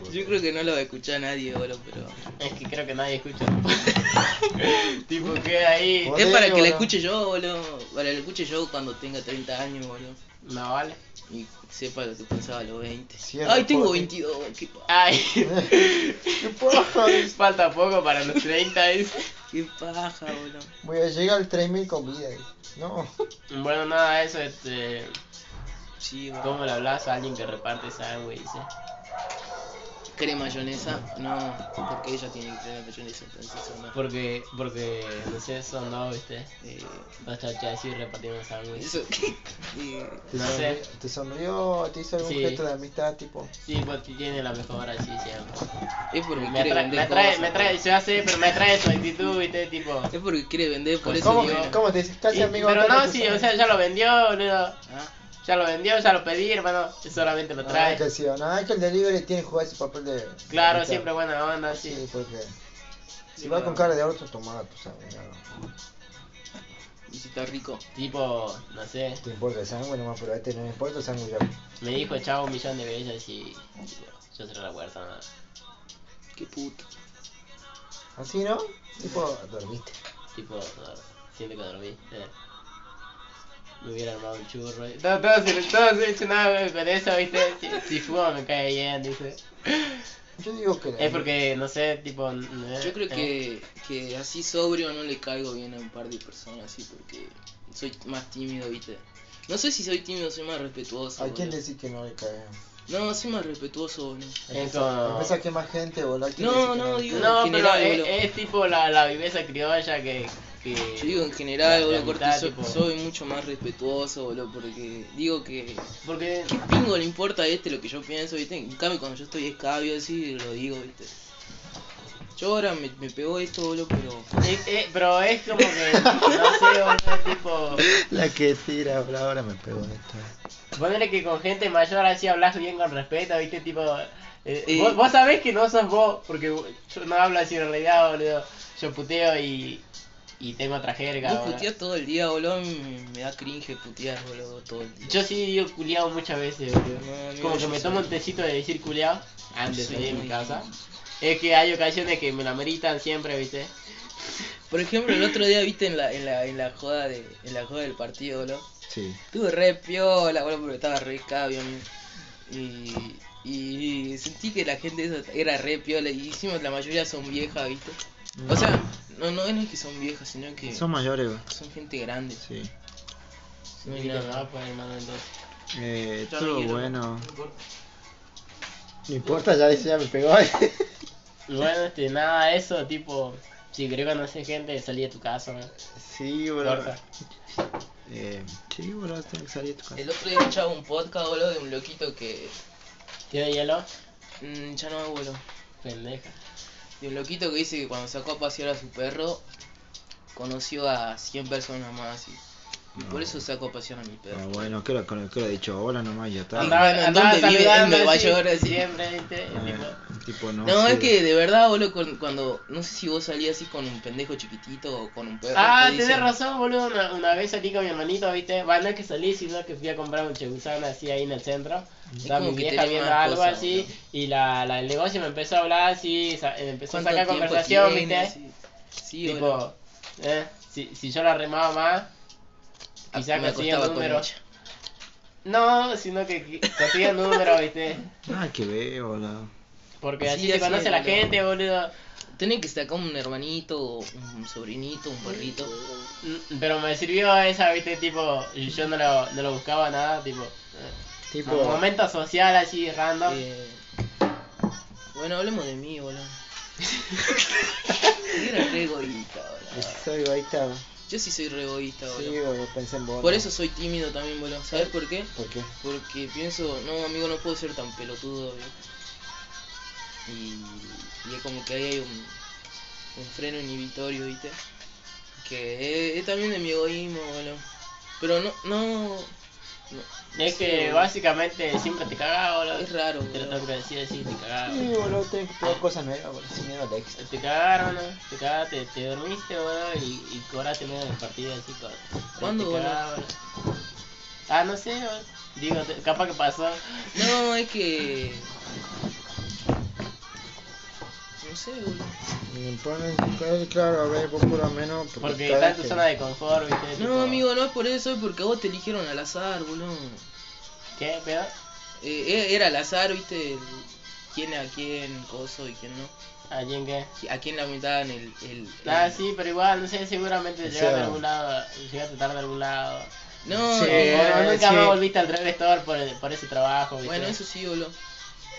sea, Yo creo que no lo va a escuchar nadie, boludo, pero... Es que creo que nadie escucha. tipo, queda ahí. Por Es para ello, que la boludo. escuche yo, boludo. Para que la escuche yo cuando tenga 30 años, boludo. No vale. Y sepa lo que pensaba a los 20. Cierra, Ay, tengo pobre. 22, qué, pa- Ay, ¿Qué paja? falta poco para los 30. dice. qué paja, boludo. Voy a llegar al 3000 con vida. dice. No. Bueno, nada, eso, este. Sí, boludo. ¿Cómo le hablas a alguien que reparte sándwiches? cree mayonesa, no, porque ella tiene que creer mayonesa, entonces eso no. Porque, porque, no sé, eso no, viste. Eh, Vas a chachi y repartimos sándwich. eso. eh, ¿Te, No sonri- sé. te sonrió? ¿Te hizo algún Sí. gesto de amistad? Tipo, Sí, porque tiene la mejor así siempre. es porque Me quiere atrae, vender me atrae, cosas, me atrae, se hace, pero me atrae su actitud, viste, tipo. Es porque quiere vender, por eso ¿cómo, digo. ¿cómo te dices? Casi Y- amigo. pero Antonio, te no, sí, sonrió. o sea, ya lo vendió, boludo. Ah, Ya lo vendió, ya lo pedí, hermano. Yo solamente lo Ah, trae. que sí, no, es que el delivery tiene que jugar ese papel de. Claro, de- siempre buena onda, sí. Sí, porque. Si Sí, va claro. con cara de orto, tomada, tú sabes. ya No, y si está rico. Tipo, no sé, te importa el sangre nomás, pero a este no le importa el sangre ya. me dijo chavo un millón de veces y tipo, yo cerré la puerta. ¿no? Qué puto. Así, ¿no? Tipo, dormiste. Tipo, no, siento que dormí. eh. Me hubiera armado un churro. y- Todo, todo, se, todo se hecho nada güey, con eso, viste. Si, si fumo me cae bien, dice. Yo digo que. Es porque, no sé, tipo. eh, Yo creo eh. que, que así sobrio no le caigo bien a un par de personas así porque soy más tímido, viste. No sé si soy tímido, soy más respetuoso. ¿A quién boludo. decir que no le cae? No, soy más respetuoso, boludo. Es Empieza como- empieza a quemar gente, boludo. ¿a quién No, decís que no, le digo- No, en pero general, es, boludo. es tipo la, la viveza criolla que. que Yo digo en general, la boludo, corte, amistad, so- tipo. soy mucho más respetuoso, boludo, porque digo que Porque. ¿Qué pingo le importa a este lo que yo pienso, viste? En cambio, cuando yo estoy escabio, así lo digo, viste. Yo ahora me, me pegó esto, boludo, pero. eh, eh, pero es como que. No sé, o sea, tipo. La que tira, bro, ahora me pegó esto. Ponele que con gente mayor así hablas bien con respeto, viste, tipo. eh, Sí. vos, vos sabés que no sos vos, porque vos- yo no hablo así en realidad, boludo. Yo puteo y. y tengo otra jerga, Vos boludo. puteás todo el día, boludo, a mí me, me da cringe putear, boludo, todo el día. Yo sí yo culiao muchas veces, boludo. No, amigo, Como que yo me soy- tomo un tecito de decir culiao antes Sí. de salir de mi casa. Es que hay ocasiones que me la meritan siempre, viste. Por ejemplo, el otro día, viste, en la, en la, en la joda de, en la joda del partido, boludo. Sí. Estuve re piola, boludo, porque estaba re escabio, amigo. Y. Y sentí que la gente esa era re piola y hicimos la mayoría son viejas, ¿viste? O sea, no, no es que son viejas, sino que son mayores, güey. son gente grande. Sí. No me Mira. digan nada, pues, hermano, entonces. Eh, Ya todo me quiero. bueno. No importa, ya dice, ya me pegó. Y Bueno, este, nada, eso, tipo. Si querés conocer gente, salí de tu casa, ¿eh? ¿no? sí, bro. Corta. Eh, sí, bro, tengo que salir de tu casa. El otro día escuchaba un podcast, boludo, de un loquito que. ¿Tiene hielo? mm, ya no me acuerdo. Pendeja. De un loquito que dice que cuando sacó a pasear a su perro, conoció a 100 personas más. Y, y por eso sacó a pasear a mi Ah, perro. bueno, creo que lo he dicho hola nomás, ya está. Andaba, bueno, ¿en andaba dónde vive? saludando En Nueva así, York, así. Siempre, viste. Eh, tipo, tipo, no. No, sí. es que de verdad, boludo, con- cuando. No sé si vos salías así con un pendejo chiquitito o con un perro. Ah, te tenés dicen- razón, boludo. Una, una vez salí con mi hermanito, viste. Bueno, no es que salí, sino que fui a comprar un chegusán así ahí en el centro. Estaba como mi que vieja tenés viendo más algo cosas, así. boludo. Y la, la del negocio me empezó a hablar así. sa- eh, empezó a ¿Cuánto sacar tiempo conversación, tiene? viste. Sí, sí boludo. tipo, eh, si, si yo la remaba más, Ah, quizá me conseguía acostaba un con número. ella. No, sino que qui- conseguía un número, viste. Nada que ver, boludo. Porque Sí, así te así es, conoce la boludo. gente, boludo. Tenés que sacar un hermanito, o un sobrinito, un perrito. Mm, Pero me sirvió esa, viste, tipo, y yo no lo, no lo buscaba nada, tipo, eh, Tipo, un momento social así, random. Eh, Bueno, hablemos de mí, boludo. Yo era re egoísta, boludo. soy egoísta. Yo sí soy re egoísta, Sí, boludo. boludo, pensé en vos. Por ¿no? eso soy tímido también, boludo. ¿Sabes por qué? ¿Por qué? Porque pienso, no, amigo, no puedo ser tan pelotudo, boludo. Y, y es como que ahí hay un, un freno inhibitorio, ¿viste? Que es, es también de mi egoísmo, boludo. Pero no, no, no- Es sí, que boludo. básicamente siempre te cagaba, boludo. Es raro, Te lo boludo. tengo que decir así, te Ah, cagaba. Sí, boludo, tengo que probar cosas nuevas, boludo, sin miedo al éxito. Te cagaron, te cagaste, te dormiste, boludo, y, y cobraste medio del partido, así, co- ¿Cuándo, te boludo? cagaba, boludo. Ah, no sé, boludo. Digo, te- capaz que pasó. No, es que. No sé, boludo. Me ponen claro, a ver, vos por lo menos. Porque cada está en tu que- zona de confort, viste. tipo, No, amigo, no es por eso, es porque a vos te eligieron al azar, boludo. ¿Qué, pedo? Eh, eh, era al azar, viste, el- quién a quién, coso y quién no. ¿A quién qué? A quién le aumentaban el. el, Ah, el- sí, pero igual, no sé, seguramente O llegaste sea- a algún lado, llegaste tarde a algún lado. No, Sí. eh, o, o nunca sí. más volviste al Drive Store por, por ese trabajo, ¿viste? bueno, eso sí, boludo.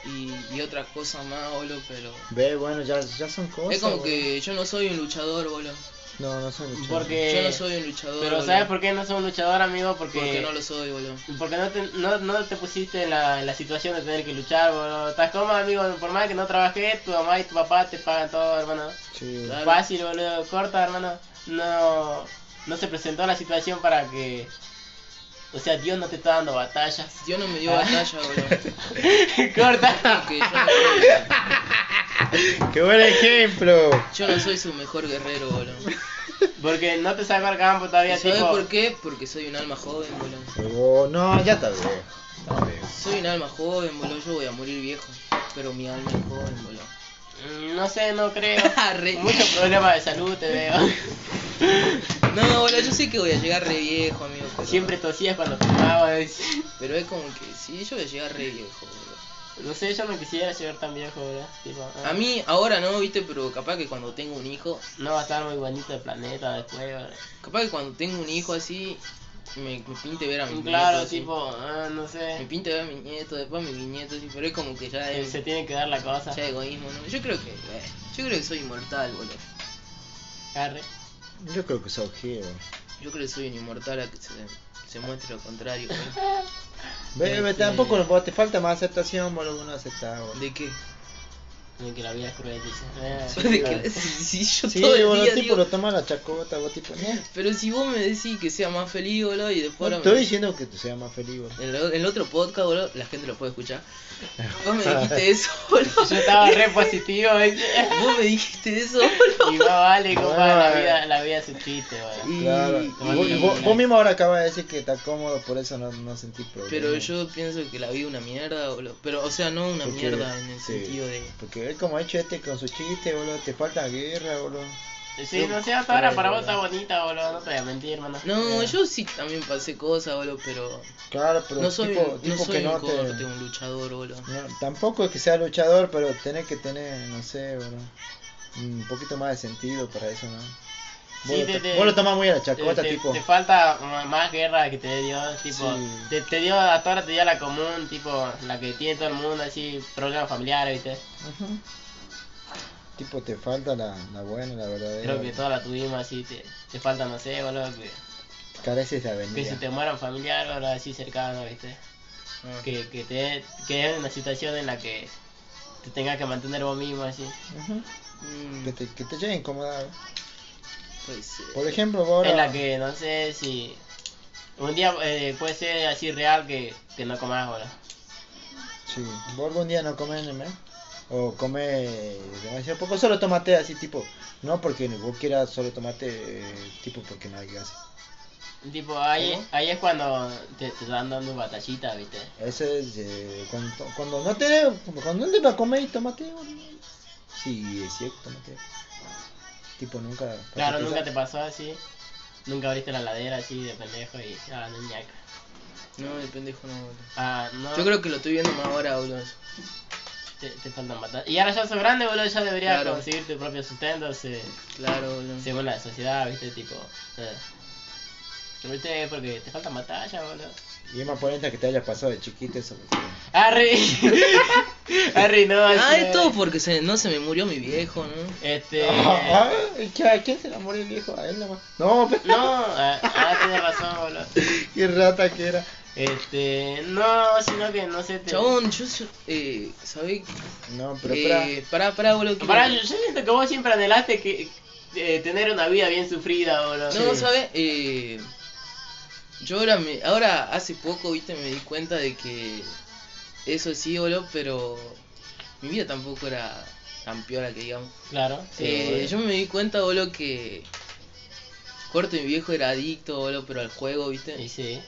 y, y otras cosas más, boludo, pero... Ve, bueno, ya, ya son cosas. Es como boludo. que yo no soy un luchador, boludo. No, no son luchadores. Porque- Yo no soy un luchador. Eh, Pero boludo. ¿sabes por qué no sos un luchador, amigo? Porque, Porque no lo soy, boludo. porque no, te, no, no te pusiste en la, en la situación de tener que luchar, boludo. Estás cómodo, amigo. Por más que no trabajes, tu mamá y tu papá te pagan todo, hermano. Sí, boludo. Claro. Fácil, boludo. Corta, hermano. No, no se presentó la situación para que... O sea, Dios no te está dando batallas. Dios no me Ah. dio batalla, boludo. Corta. Porque yo no, soy, ¡Qué buen ejemplo! yo no soy su mejor guerrero, boludo. Porque no te sacó al campo todavía, ¿Sabes tipo... por qué? Porque soy un alma joven, boludo. Oh, no, ya está bien. Está bien. Soy un alma joven, boludo. Yo voy a morir viejo. Pero mi alma es joven, boludo. Mm, No sé, no creo. Re- Muchos problemas de salud te veo. No, boludo, yo sé que voy a llegar re viejo, amigo. Pero, Siempre tosías cuando fumabas. Pero es como que sí, yo voy a llegar re viejo, boludo. No sé, yo no quisiera llegar tan viejo, ¿verdad? Tipo, ah, A mí ahora no, viste, pero capaz que cuando tengo un hijo, No va a estar muy bonito el planeta después, ¿verdad? capaz que cuando tengo un hijo así, me, me pinte ver a mi Claro, nieto. tipo, ah, no Me sé. pinta ver a mi nieto, después a mi bisnieto, así, pero es como que ya eh, es, Se tiene que dar la cosa. ya es egoísmo, ¿no? Yo creo que, eh, yo creo que soy inmortal, boludo. Arre. Yo creo que soy hero. Yo creo que soy un inmortal a que se, se muestre lo contrario, ¿eh? boludo. Bebe, Este- tampoco lo- vos te falta más aceptación, boludo, no aceptás, boludo. ¿De qué? No, que la vida es cruel, dice. Eh, ¿De claro. qué? Si yo Sí, todo el boludo, día tipo digo, lo toma la chacota, vos tipo, no. Pero si vos me decís que sea más feliz, boludo, y después No ahora me- estoy diciendo que tú seas más feliz, boludo. En el- en el otro podcast, boludo, la gente lo puede escuchar. Vos me dijiste eso, boludo. Yo estaba re positivo, ¿viste? Vos me dijiste eso, boludo. Y va, vale, compa, la Bueno. vida, la vida es un chiste, güey. Y- Claro. y- Vos- vos, vos mismo ahora acabas de decir que estás cómodo, por eso no, no sentís problemas. Pero yo pienso que la vida es una mierda, boludo. Pero, o sea, no una Porque- mierda en el sí. sentido de. Porque él como ha hecho este con su chiste, boludo, te falta guerra, boludo. Sí, no sé, hasta ahora para vos está bonita, boludo. No te voy a mentir, hermano. No, Ya. yo sí también pasé cosas, boludo, pero. Claro, pero no soy, tipo, un- tipo no soy que no un te... corte, un luchador, boludo. No, tampoco es que sea luchador, pero tenés que tener, no sé, boludo, un poquito más de sentido para eso, ¿no? Vos, Sí, lo, te- to- te- vos lo tomás muy a la Te, chacota, te- tipo. te falta ma- más guerra que te dé Dios, tipo, Sí. te, te dio, hasta ahora te dio la común, tipo, la que tiene todo el mundo, así, problemas familiares, viste. Ujú. Tipo, te falta la, la buena, la verdadera. Creo que todas la tuvimos así, te, te falta, no sé, boludo, que, Careces de que si avenida. te muera un familiar, boludo, así cercano, viste. Ah. Que, que te dé- que es una situación en la que te tengas que mantener vos mismo, así. Ujú. Mm, Que te, que te llegue a incomodar. pues, eh, Por ejemplo, vos ahora... En la que, no sé, si un día eh, puede ser así real que, que no comas, boludo. Sí, vos algún día no comes ¿no? O come demasiado poco, solo tomate así, tipo. No porque vos quieras solo tomate, eh, tipo, porque no hay gas. Tipo, ahí, ¿Cómo? ahí es cuando te, te están dando batallitas, viste. Ese es eh, cuando, cuando no te cuando no te va a comer y tomate. boludo. Sí, es cierto, tomate. Tipo nunca. Claro, porque nunca te esa- pasó así. Nunca abriste la ladera así de pendejo y. Ah, no ñaca. No, de pendejo no, boludo. Ah, no. Yo creo que lo estoy viendo más ahora, boludo. Te, te faltan batallas. Y ahora ya sos grande, boludo. Ya deberías Claro. conseguir tu propio sustento se- Claro, boludo. Ah, según la sociedad, viste, tipo. eh. ¿Viste? Porque te faltan batallas, boludo. Y es más ponente que te hayas pasado de chiquito eso. porque- ¡Harry! ¡Harry, no! Ah, sí, es todo porque se, no se me murió mi viejo, ¿no? Este. Ah, ah, ¿qué- ¿A quién se enamoró el viejo? A él nomás. No, pe- No, ah, ah, tienes razón, boludo. qué rata que era. Este. No, sino que no sé. Te... Chabón, yo. so- Eh, ¿Sabés? No, pero espera. Eh, pará, pará, boludo. que- Pará, yo, yo siento que vos siempre anhelaste que eh, tener una vida bien sufrida, boludo. No, ¿sabes? Eh, yo ahora, me, ahora hace poco, viste, me di cuenta de que eso sí, boludo, pero mi vida tampoco era tan piola que digamos. Claro, sí. Eh, boludo. yo me di cuenta, boludo, que Corto mi viejo era adicto, boludo, pero al juego, Y viste. sí,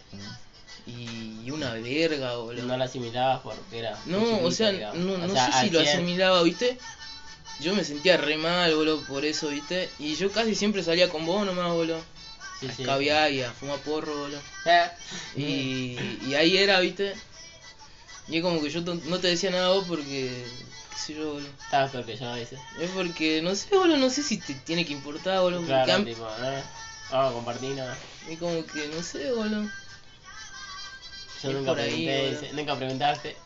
Y, una verga, boludo. no la asimilabas porque era. No, muy chiquita, o sea, digamos. no, no O sea, sé si al lo 100. asimilaba, ¿viste? Yo me sentía re mal, boludo, por eso, ¿viste? Y yo casi siempre salía con vos nomás, boludo. Sí, a sí. escabiar y a fumar porro, boludo. Eh, Y, y ahí era, ¿viste? Y es como que yo to- no te decía nada a vos porque... qué sé yo, boludo. Estabas peor que yo a veces. Es porque, no sé, boludo, no sé si te tiene que importar, boludo. porque Claro, a mí- tipo, eh, vamos a compartir, no. es como que, no sé, boludo. Yo Es nunca por ahí, pregunté, boludo. dice, nunca preguntaste.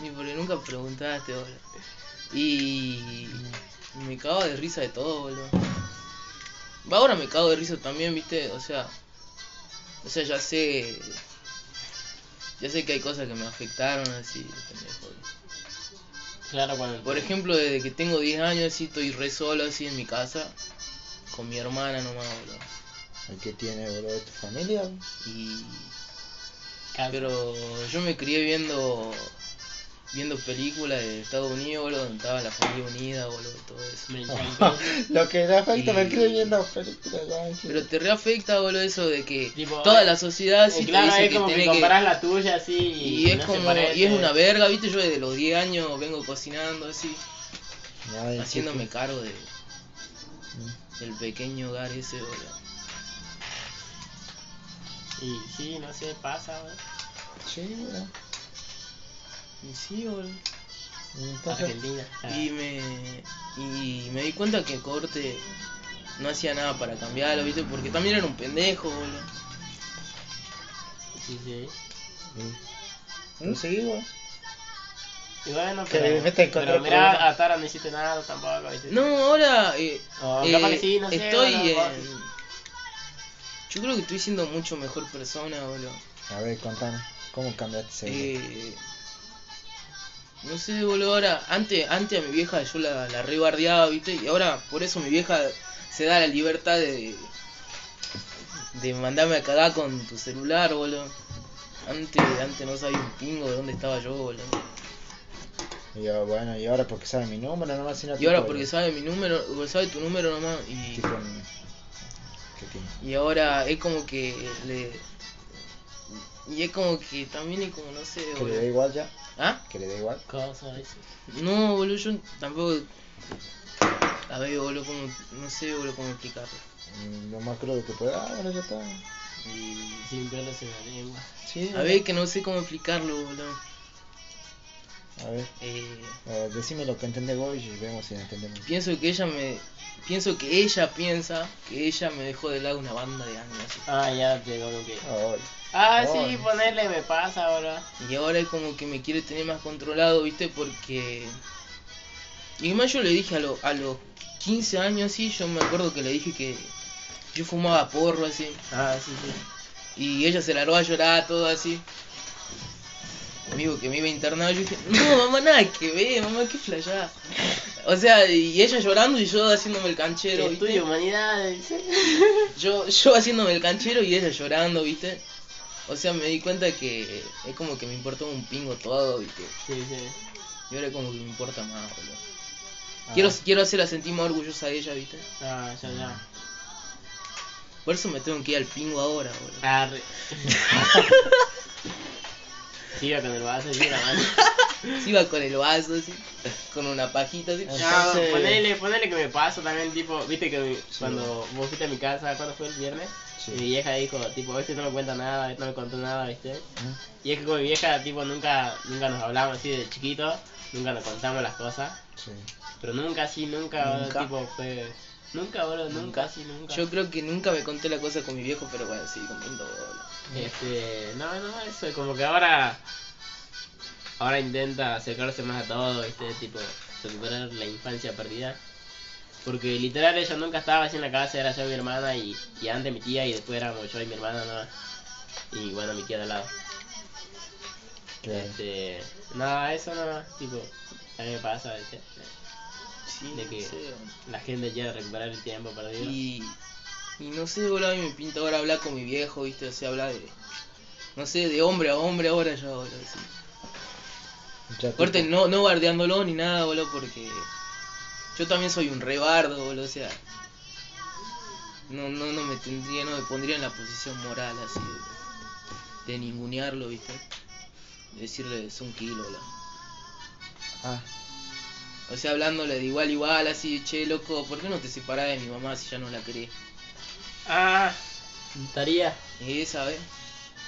Ni porque nunca preguntaste, boludo. Y me cago de risa de todo, boludo. Va, Ahora me cago de risa también, viste, o sea. O sea, ya sé. Ya sé que hay cosas que me afectaron así, pendejo. Claro, cuando. Por ejemplo, desde que tengo 10 años así estoy re solo así en mi casa. Con mi hermana nomás, boludo. El que tiene, bro, de tu familia. Y Claro. Pero yo me crié viendo viendo películas de Estados Unidos, boludo, donde estaba la familia unida, boludo, todo eso. Me encantó. Lo que le afecta, me Y- creo viendo películas, tranqui. Pero te reafecta, boludo, eso de que Tipo, toda eh, la sociedad Y sí te claro, dice es que como que, tiene que... comparás la tuya así y, Y es no se como... parece. Y es una verga, viste, yo desde los 10 años vengo cocinando así, Ay, haciéndome sí, cargo de, sí. del pequeño hogar ese, boludo. Y sí, no sé, pasa, boludo. Sí, bro. Y sí, boludo. Y Entonces, Argentina. Ah, Y me, y me di cuenta que Corte no hacía nada para cambiarlo, viste, porque también era un pendejo, boludo. Sí, sí. Pues ¿Mm? seguí, bro. Y bueno, Que pero, me meta en pero contra del mirá, programa. hasta ahora no hiciste nada tampoco. ¿viste? No, ahora eh, O eh, Ah, capaz que sí, no sé, estoy bueno, vos- en- Yo creo que estoy siendo mucho mejor persona, boludo. A ver, contame, ¿cómo cambiaste ese Eh, no sé, boludo, ahora... Antes, antes a mi vieja yo la, la rebardeaba, ¿viste? Y ahora por eso mi vieja se da la libertad de... De mandarme a cagar con tu celular, boludo. Antes, antes no sabía un pingo de dónde estaba yo, boludo. Y yo, bueno, y ahora porque sabe mi número, nomás si no Y ahora porque sabe mi número, sabe tu número nomás y... Tipo, ¿Qué tiene? Y ahora es como que le. Y es como que también es como, no sé, Que le da boludo. igual ya, ¿Ah? que le da igual. Cosa, ¿viste? No, boludo, yo tampoco. A ver, boludo, como. No sé, boludo, cómo explicarlo. Mm, Lo más crudo que pueda, ah, bueno, ya está. Y sin verlo se la lengua. Sí, A ver, que no sé cómo explicarlo, boludo. A ver, Eh, eh, decime lo que entendés vos y vemos si entendemos. pienso que ella me. Pienso que ella piensa que ella me dejó de lado una banda de años. así. Ah, ya te como que. Ay, Ah, Oh. sí, ponerle me pasa, boludo. Y ahora es como que me quiere tener más controlado, ¿viste? Porque. Y además yo le dije a, lo- a los 15 años así, yo me acuerdo que le dije que yo fumaba porro así. Ah, sí, sí. Y ella se largó a llorar, todo así. Me dijo que me iba a internar. Yo dije, no, mamá, nada que ver, mamá, qué flayada. O sea, y ella llorando y yo haciéndome el canchero, ¿viste? Estudio humanidades. Yo, yo haciéndome el canchero y ella llorando, ¿viste? O sea, me di cuenta que es como que me importó un pingo todo, ¿viste? Sí, sí. Y ahora como que me importa más, boludo. Ah. Quiero, quiero hacerla sentir más orgullosa de ella, ¿viste? Ah, ya, ya. Por eso me tengo que ir al pingo ahora, boludo. Arre. Siga con el vaso, siga la mano. Si iba con el vaso, así, con una pajita, así. Ya, Entonces- ponele, ponele que me pasa también, tipo, viste que mi- cuando vos fuiste a mi casa, ¿cuándo fue el viernes? Sí. Mi vieja dijo, tipo, este no me cuenta nada, este no me contó nada, ¿viste? ¿Mm? Y es que con mi vieja, tipo, nunca, nunca nos hablamos así de chiquito, nunca nos contamos las cosas, Sí. pero nunca así, nunca, Nunca. tipo, fue... Nunca, boludo, nunca, así, nunca. Yo creo que nunca me conté la cosa con mi viejo, pero bueno, sí, contando, boludo. Este, no, no, eso, como que ahora, ahora intenta acercarse más a todo, este tipo, recuperar la infancia perdida. Porque literal ella nunca estaba así en la casa, era yo y mi hermana y, y antes mi tía y después éramos yo y mi hermana nada. más. Y bueno, mi tía de al lado. Claro. Este, nada, eso nada, tipo, a mí me pasa, ¿viste? Sí, ¿De no qué? sé, boludo. La gente quiere recuperar el tiempo perdido. Y, y no sé, boludo, a mí me pinta ahora hablar con mi viejo, ¿viste? O sea, hablar de... No sé, de hombre a hombre ahora ya, boludo. así. Ya, Corte, tipo, no, no bardeándolo ni nada, boludo, porque yo también soy un rebardo, boludo, o sea. No, no, no me tendría, no me pondría en la posición moral así de, de ningunearlo, viste. De Decirle es un kilo, boludo. Ah, O sea, hablándole de igual igual, así, che, loco, ¿por qué no te separás de mi mamá si ya no la querés? Ah, estaría. Y esa, ¿ves?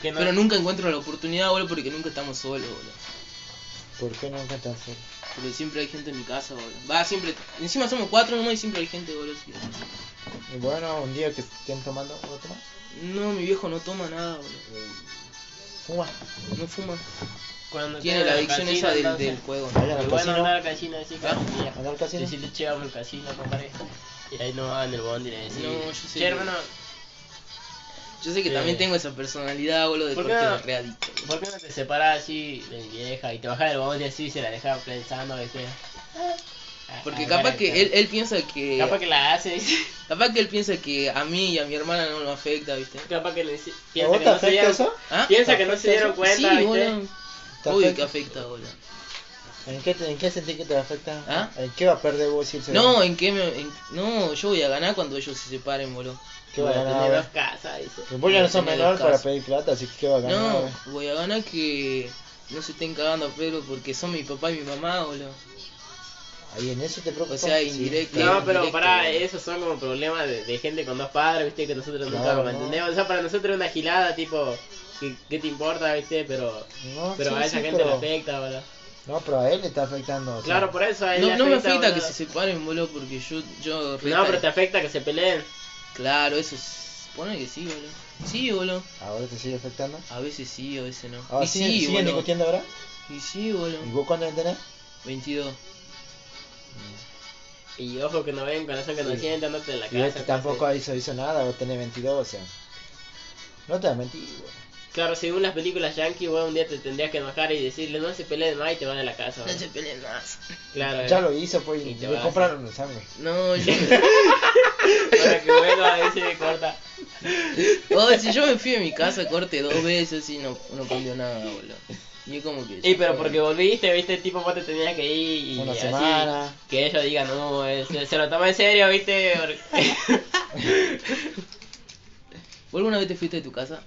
Que no, Pero nunca encuentro la oportunidad, boludo, porque nunca estamos solos, boludo. ¿por qué nunca te haces? Porque siempre hay gente en mi casa, boludo. Va, siempre. Encima somos cuatro nomás y siempre hay gente, boludo. así que- Y bueno, un día que estén tomando, ¿vos tomás? No, mi viejo no toma nada, boludo. Eh, Fuma. No fuma. Cuando Tiene estén la en el adicción casino, esa del, entonces. del juego. Vayan Y al bueno, casino. andar al casino, decir que ¿Ah? mierda. ¿Andar al casino? Decirle, che, vamos al casino, compadre. Y ahí no van el bondi y le decís, No, yo sé che, que- hermano, Yo sé que Eh. también tengo esa personalidad, boludo, de ¿Por por qué qué no? readicto. ¿por qué no te separás así de mi vieja y te bajás del bondi así y se la dejás pensando, viste? Ah, Porque ah, capaz bueno, que él, él piensa que. Capaz que la hace, dice. Capaz que él piensa que a mí y a mi hermana no nos afecta, ¿viste? Capaz que le dice- ¿A piensa vos que te no se afecta dieron, eso? ¿Ah? piensa que no se ¿Afecta dieron eso? cuenta, sí, viste. boludo. ¿Te Obvio afecta? que afecta, boludo. ¿En qué, te- ¿En qué sentís que te afecta? ¿Ah? ¿En qué va a perder vos si él se No, va? ¿en qué me.? en- No, yo voy a ganar cuando ellos se separen, boludo. ¿Qué va a Bueno, ganar? tiene a dos ver? casas, dice. Pues vos ya no sos Tiene menor dos para casas. pedir plata, así que ¿qué va a ganar? a No, ver? voy a ganar que. No se estén cagando a pedo porque son mi papá y mi mamá, boludo. Ahí en eso te preocupa. O sea, Sí. indirecto. No, pero directo, pará, boludo. esos son como problemas de, de gente con dos padres, viste, que nosotros nunca Claro, como no. entendemos. O sea, para nosotros es una gilada, tipo, ¿qué, qué te importa, viste? Pero, No, pero sí, a esa sí, gente pero- le afecta, boludo. No, pero a él le está afectando. o sea, Claro, por eso a él No, le no me afecta, afecta que boludo. se separen, boludo, porque yo. yo re No, pero te tar- afecta que se peleen. Claro, eso es. Pone que sí, boludo. Sí, boludo. ¿Ahora te sigue afectando? A veces sí, a veces no. Ahora, y ¿siguen, sí, Ah, siguen boludo. discutiendo ahora? Y sí, boludo. ¿Y vos cuándo entendés? 22. Y ojo que no ven, corazón que no Sí. sientan, no te la Y casa. este tampoco hizo, hizo nada, vos tenés 22, o sea. No te vas a mentir, güey. Claro, según las películas yankee, bueno, un día te tendrías que enojar y decirle, no se peleen más y te van de la casa. No boludo. se peleen más. Claro, Ya eh. lo hizo, pues, y Y te le vas. compraron el sangre. No, yo. para que vuelva, dice, corta. Oh, si yo me fui de mi casa, corte dos veces y no, no cambió nada, boludo. Y es como que. Y pero porque volviste, viste, tipo vos te tenías que ir y Una así, semana. que ellos digan, no, eh, se, se lo toma en serio, viste. Porque- ¿Vos alguna vez te fuiste de tu casa?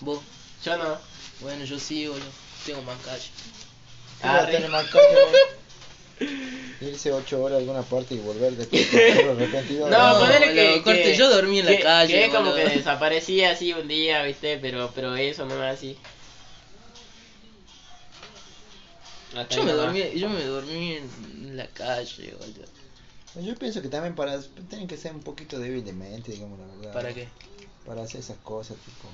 Vos. Yo no. Bueno, yo sí, boludo. Tengo más calle. Ah, Arre. tiene más calle, güey. Irse 8 horas a alguna parte y volver después de No, arrepentido. No, ponele boludo, que, corte, que- yo dormí en la que- calle, Que es como que boludo. desaparecía así un día, viste, pero, pero eso no es así. Hasta Yo ahí me nomás. dormí, yo me dormí en la calle, boludo. Pues Yo pienso que también para tienen que ser un poquito débil de mente, digamos la verdad. ¿Para qué? Para hacer esas cosas, tipo.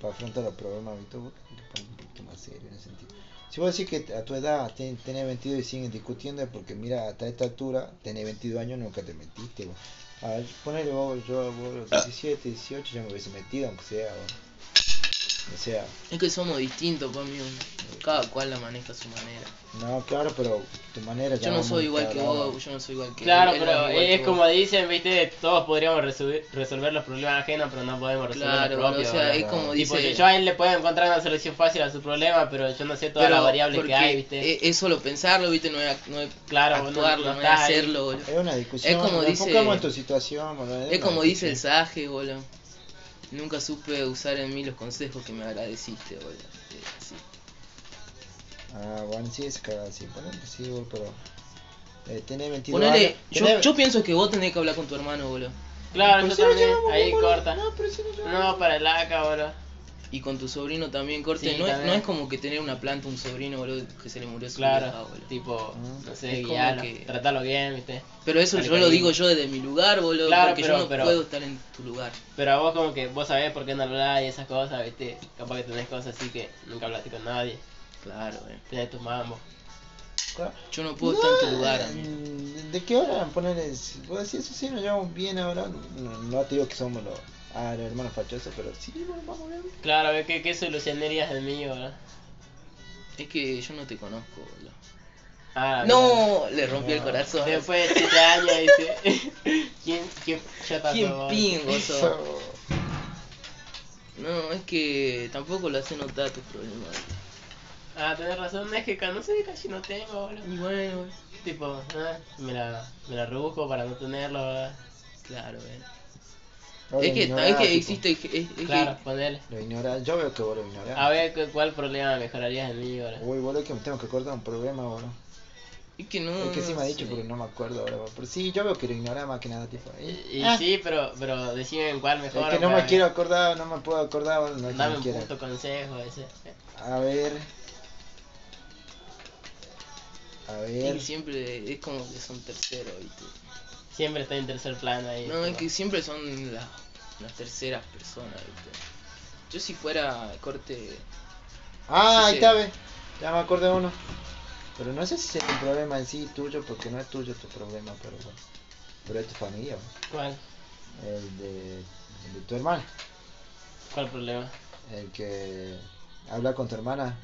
Para afrontar los problemas, ¿viste? Vos tenés que poner un poquito más serio en ese sentido. Si vos decís que a tu edad ten- tenés 22 y siguen discutiendo, es porque mira, hasta esta altura, tenés 22 años, nunca te metiste. vos. A ver, ponele vos, yo, vos, los 17, 18, ya me hubiese metido, aunque sea. vos. O sea, Es que somos distintos, pa' mí. Cada cual la maneja a su manera. no, claro, pero tu manera ya Yo no va soy muy igual que cabrón. vos, yo no soy igual que Claro, él no pero igual que es vos. como dicen, viste, todos podríamos resolver, resolver los problemas ajenos, pero no podemos resolver Claro, los boludo, propios. o sea, boludo. es como Tipo, dice. yo a él le puedo encontrar una solución fácil a su problema, pero yo no sé todas pero las variables que porque eh, e-, hay, viste. es- Es solo pensarlo, viste, no es, no es Claro, vos no- actuarlo, no no, es estás ahí. hacerlo, boludo. Es una discusión. Es como nos dice- enfocamos en tu situación, boludo, Es una como dice el discusión. Sage, boludo. Nunca supe usar en mí los consejos que me agradeciste, boludo. Eh, sí. Ah, bueno, sí, es cagada, sí, ponele que sí, boludo, pero. Eh, tenés 22 Ponele, años. yo, tenés- yo pienso que vos tenés que hablar con tu hermano, boludo. Claro, Pero yo si no también, llevamos, ahí boludo, corta. No, pero si no llevamos. No, para el ACA, boludo. Y con tu sobrino también, corte. Sí, no, Es, también. no es como que tener una planta, un sobrino, boludo, que se le murió su Claro, vieja, boludo. Mm, tipo, no sé, Es como guiarlo, que- tratarlo bien, viste. Pero eso Dale, yo lo cariño. digo yo desde mi lugar, boludo, Claro, porque pero- yo no pero- puedo estar en tu lugar. Pero a vos como que vos sabés por qué no hablás y esas cosas, viste. Capaz que tenés cosas así que nunca hablaste con nadie. Claro, eh. Tenés tus mambos. Claro. Yo no puedo estar en tu lugar, Mm, amigo. ¿De qué hora ponele? Si vos decís eso, sí, nos llevamos bien ahora. No, no te digo que somos los, ah, los hermanos fachosos, pero sí, bueno, vamos bien. Claro, a ver, ¿qué, qué solucionarías de mí, boludo? Es que yo no te conozco, boludo. Ah, mira. No, le rompí el corazón. Después de 7 años, dice. ¿Quién, quién, ya pasó, ¿Quién boludo? pingo sos? Eso. No, es que tampoco lo hace notar tus problemas. Ah, tenés razón, es que ca- no sé, casi no tengo, boludo. Y bueno, eh, Tipo, ah, me la, me la rebusco para no tenerlo, boludo. claro, eh. Ahora es que, ignorás, es que ah, tipo, existe. Es, es que- Claro, ponele. Lo ignorás, yo veo que vos lo ignorás. A ver, ¿cu- ¿cuál problema mejorarías de mí, boludo? Uy, boludo, que me tengo que acordar un problema, boludo. es que no. Es que sí me ha dicho, sé. pero no me acuerdo ahora. boludo. Pero sí, yo veo que lo ignorás más que nada, tipo. eh, Y ah, sí, pero, pero decime en cuál Es mejor. que no para- me quiero acordar, no me puedo acordar, boludo, no es que Dame me un quiera. puto consejo ese. A ver. A Es ver. que siempre es como que son terceros, ¿viste? Siempre está en tercer plano ahí. No, es tipo. que siempre son las, las terceras personas, ¿viste? Yo si fuera corte. Ah, Sí, ahí sí. está, ve. Ya me acordé de uno. Pero no sé si es un problema en sí tuyo, porque no es tuyo tu problema, pero bueno. Pero es tu familia, güey. ¿Cuál? El de, el de tu hermana. ¿Cuál problema? El que habla con tu hermana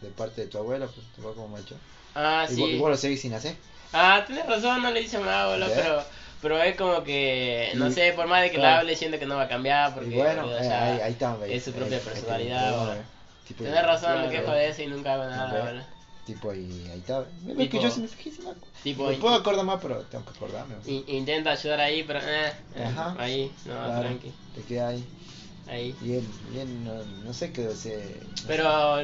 de parte de tu abuela, pues te va como macho. Ah, y, vos, y sí. vos lo seguís sin hacer. Ah, tienes razón, no le hice nada, boludo, Ya. pero, pero es como que, no Y- sé, por más de que la claro. hable, siento que no va a cambiar, Ah, porque y bueno, boludo, eh, ya ahí, ahí está, ve. este, es su Ahí- propia ahí tiene un personalidad, problema, boludo. ve. Tipo, Tienes razón, me Pues, claro, quejo ve. de eso y nunca hago nada, Claro. boludo. Tipo, y ahí está. ve. Mira que Ah, Tipo- yo sí me fijé, sí me acu- Tipo, Me in- puedo acordar más, pero tengo que acordarme. güey. in- intenta ayudar ahí, pero, eh, eh, Ajá. ahí, no, Claro, tranqui, Te queda ahí. ahí. Y él, y él no, no sé qué se. Pero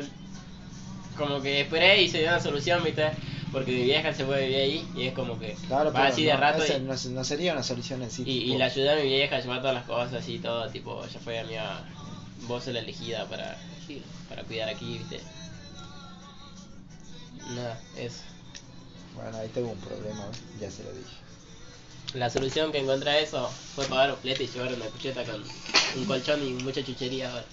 como que esperé y se dio una solución, ¿viste? Porque mi vieja se fue a vivir ahí y es como que Claro, va pero así de no, rato esa y, no, es- no sería una solución en sí. y- y tipo, le ayudé a mi vieja a llevar todas las cosas y todo, tipo, ella fue a mi voz la elegida para, para cuidar aquí, ¿viste? Nada, eso. Bueno, ahí tengo un problema, ¿ves? ya se lo dije. La solución que encontré a eso fue pagar un flete y llevar una cucheta con un colchón y mucha chuchería ahora.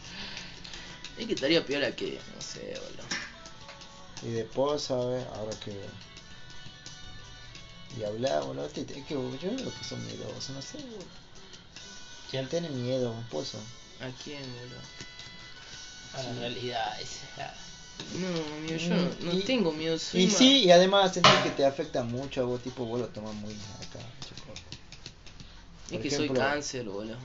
Es que estaría peor a que, no sé, boludo. Y después, ¿sabes? Ahora que. Y hablar, boludo. te- te- Es que yo creo que son miedosos, no sé, boludo. ¿Quién? Tiene miedo, un pozo. ¿A quién, boludo? A la realidad, dice. ah. No, amigo, yo no, no Mm, Y- tengo miedo, soy Y más- sí, y además sentí que te afecta mucho a vos, tipo, vos lo tomas muy acá. chico. Es por que soy ejemplo- cáncer, boludo.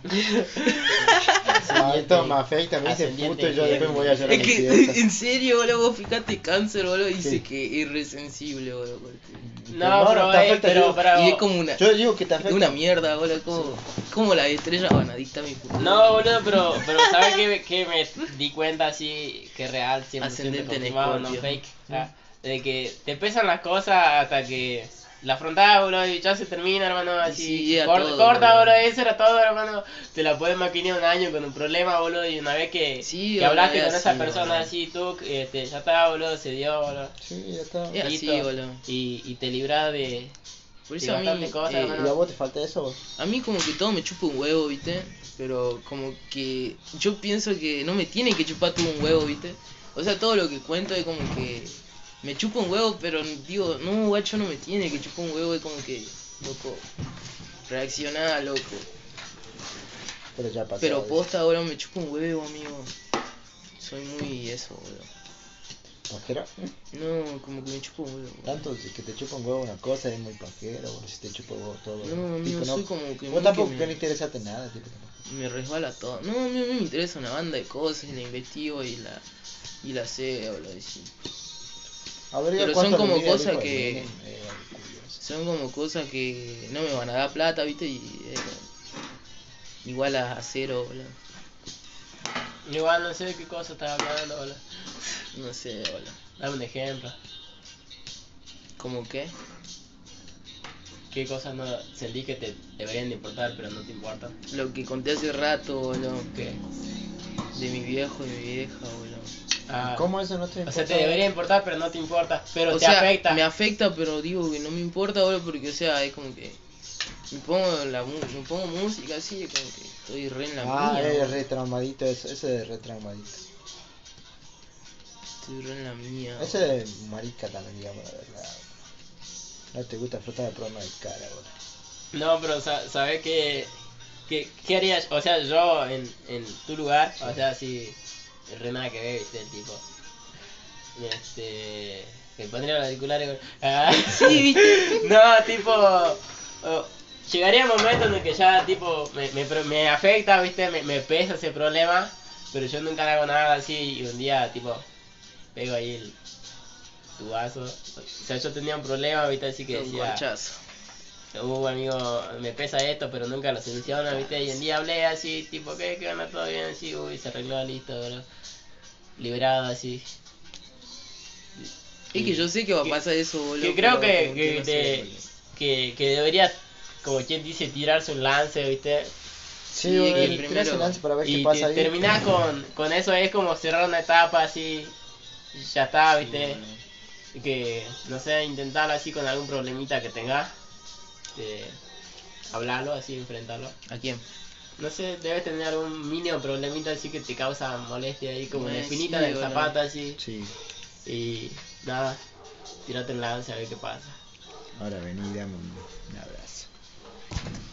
Ah, esto me afecta, me dice ascendiente puto y yo y después me voy a llorar. Es mi que, fiesta. en serio, boludo, vos fijate cáncer, boludo, dice Sí. que es resensible, boludo. porque- Tipo, No, pero, te eh, afecta, pero, yo- pero- Y es como una, Yo digo que te afecta. una mierda, boludo, como, como la estrella banadicta mi puta. No, boludo, pero, pero ¿sabes qué, qué me di cuenta así que real, 100% Ascendente en confirmado, no Escorpio. Mm. fake? O sea, de que te pesan las cosas hasta que la afrontás, boludo, y ya se termina, hermano, Y así. sí, a cor- todo, corta, boludo. boludo, eso era todo, hermano. Te la puedes maquinear un año con un problema, boludo, y una vez que, Sí, que hablaste boludo, con esa sí, persona boludo. así, tú, este, ya está, boludo, se dio, boludo. Sí, ya está. Es así, Listo. boludo. Y, y te libras de... Por Sí, eso a mí, bastante cosa, eh, ¿Y a vos te falta eso? vos? a mí como que todo me chupa un huevo, viste, pero como que yo pienso que no me tiene que chupar todo un huevo, viste. O sea, todo lo que cuento es como que me chupa un huevo, pero digo, no, guacho, no me tiene que chupar un huevo, es como que, loco, reaccioná, loco. Pero ya pasó. Pero ¿ves? posta, boludo, me chupa un huevo, amigo. Soy muy eso, boludo. ¿Pajero? No, como que me chupa un huevo. boludo. Tanto si que te chupa un huevo una cosa es muy pajero, boludo, si te chupa un huevo todo. No, amigo, soy como que muy Vos tampoco que me- que no interesaste en nada, tipo. tampoco. Me resbala todo. No, a mí, a mí me interesa una banda de cosas y la investigo y la, y la sé, boludo. y sí. A ver, Pero ya son cuánto como le mide al cosas hijo de que- Lenin, eh, al curioso. Son como cosas que no me van a dar plata, viste, y eh, igual a, a cero, boludo. Igual no sé de qué cosa estás hablando, boludo. No sé, boludo. Dame un ejemplo. ¿Cómo qué? ¿Qué cosas no sentís que te deberían de importar pero no te importan? Lo que conté hace rato, boludo. ¿Qué? De mi viejo y mi vieja, boludo. Ah, ¿Cómo eso no te O importa? sea, te debería importar pero no te importa, pero o te sea, afecta. me afecta, pero digo que no me importa, boludo, porque, o sea, es como que. Me pongo, la, mu- me pongo música así, es como que estoy re en la Ah, mía. eres boludo. re traumadito, eso, ese es re traumadito. Estoy re en la mía. boludo. Ese es marica también, digamos la verdad. No te gusta frotar el problema de cara, boludo. No, pero sa- ¿sabes qué, qué, qué harías? O sea, yo en, en tu lugar, o sea, si re nada que ver, viste, el tipo. Este. Me pondría los auriculares. Ah. Sí, viste. No, tipo. oh, llegaría un momento en el que ya, tipo, me, me, pro- me afecta, viste, me, me pesa ese problema, pero yo nunca le hago nada así y un día, tipo, pego ahí el tubazo. O sea, yo tenía un problema, viste, así que Un decía. guachazo. Uh, amigo, me pesa esto, pero nunca lo soluciona, ¿viste? Y un día hablé así, tipo, ¿qué? ¿Qué onda? ¿Todo bien? Así, uy, se arregló, listo, bro. Liberado, así. Es que yo sé que va a Que- pasar eso, boludo. que creo pero que- como que no te- sé, boludo. Que, que debería, como quien dice, tirarse un lance, ¿viste? Sí, Sí, boludo, que tirás primero- el lance para ver qué Y pasa te, ahí. terminás con, con eso, es como cerrar una etapa, así. Y ya está, Sí, ¿viste? boludo. Y que, no sé, intentar así con algún problemita que tengas. Este, hablarlo, así, enfrentarlo. ¿A quién? No sé, debes tener algún mínimo problemita así que te causa molestia ahí, como Eh, una espinita sí, del boludo. zapato así. Sí. Y nada, tirate en la ansia a ver qué pasa. Ahora vení, dame un, un abrazo.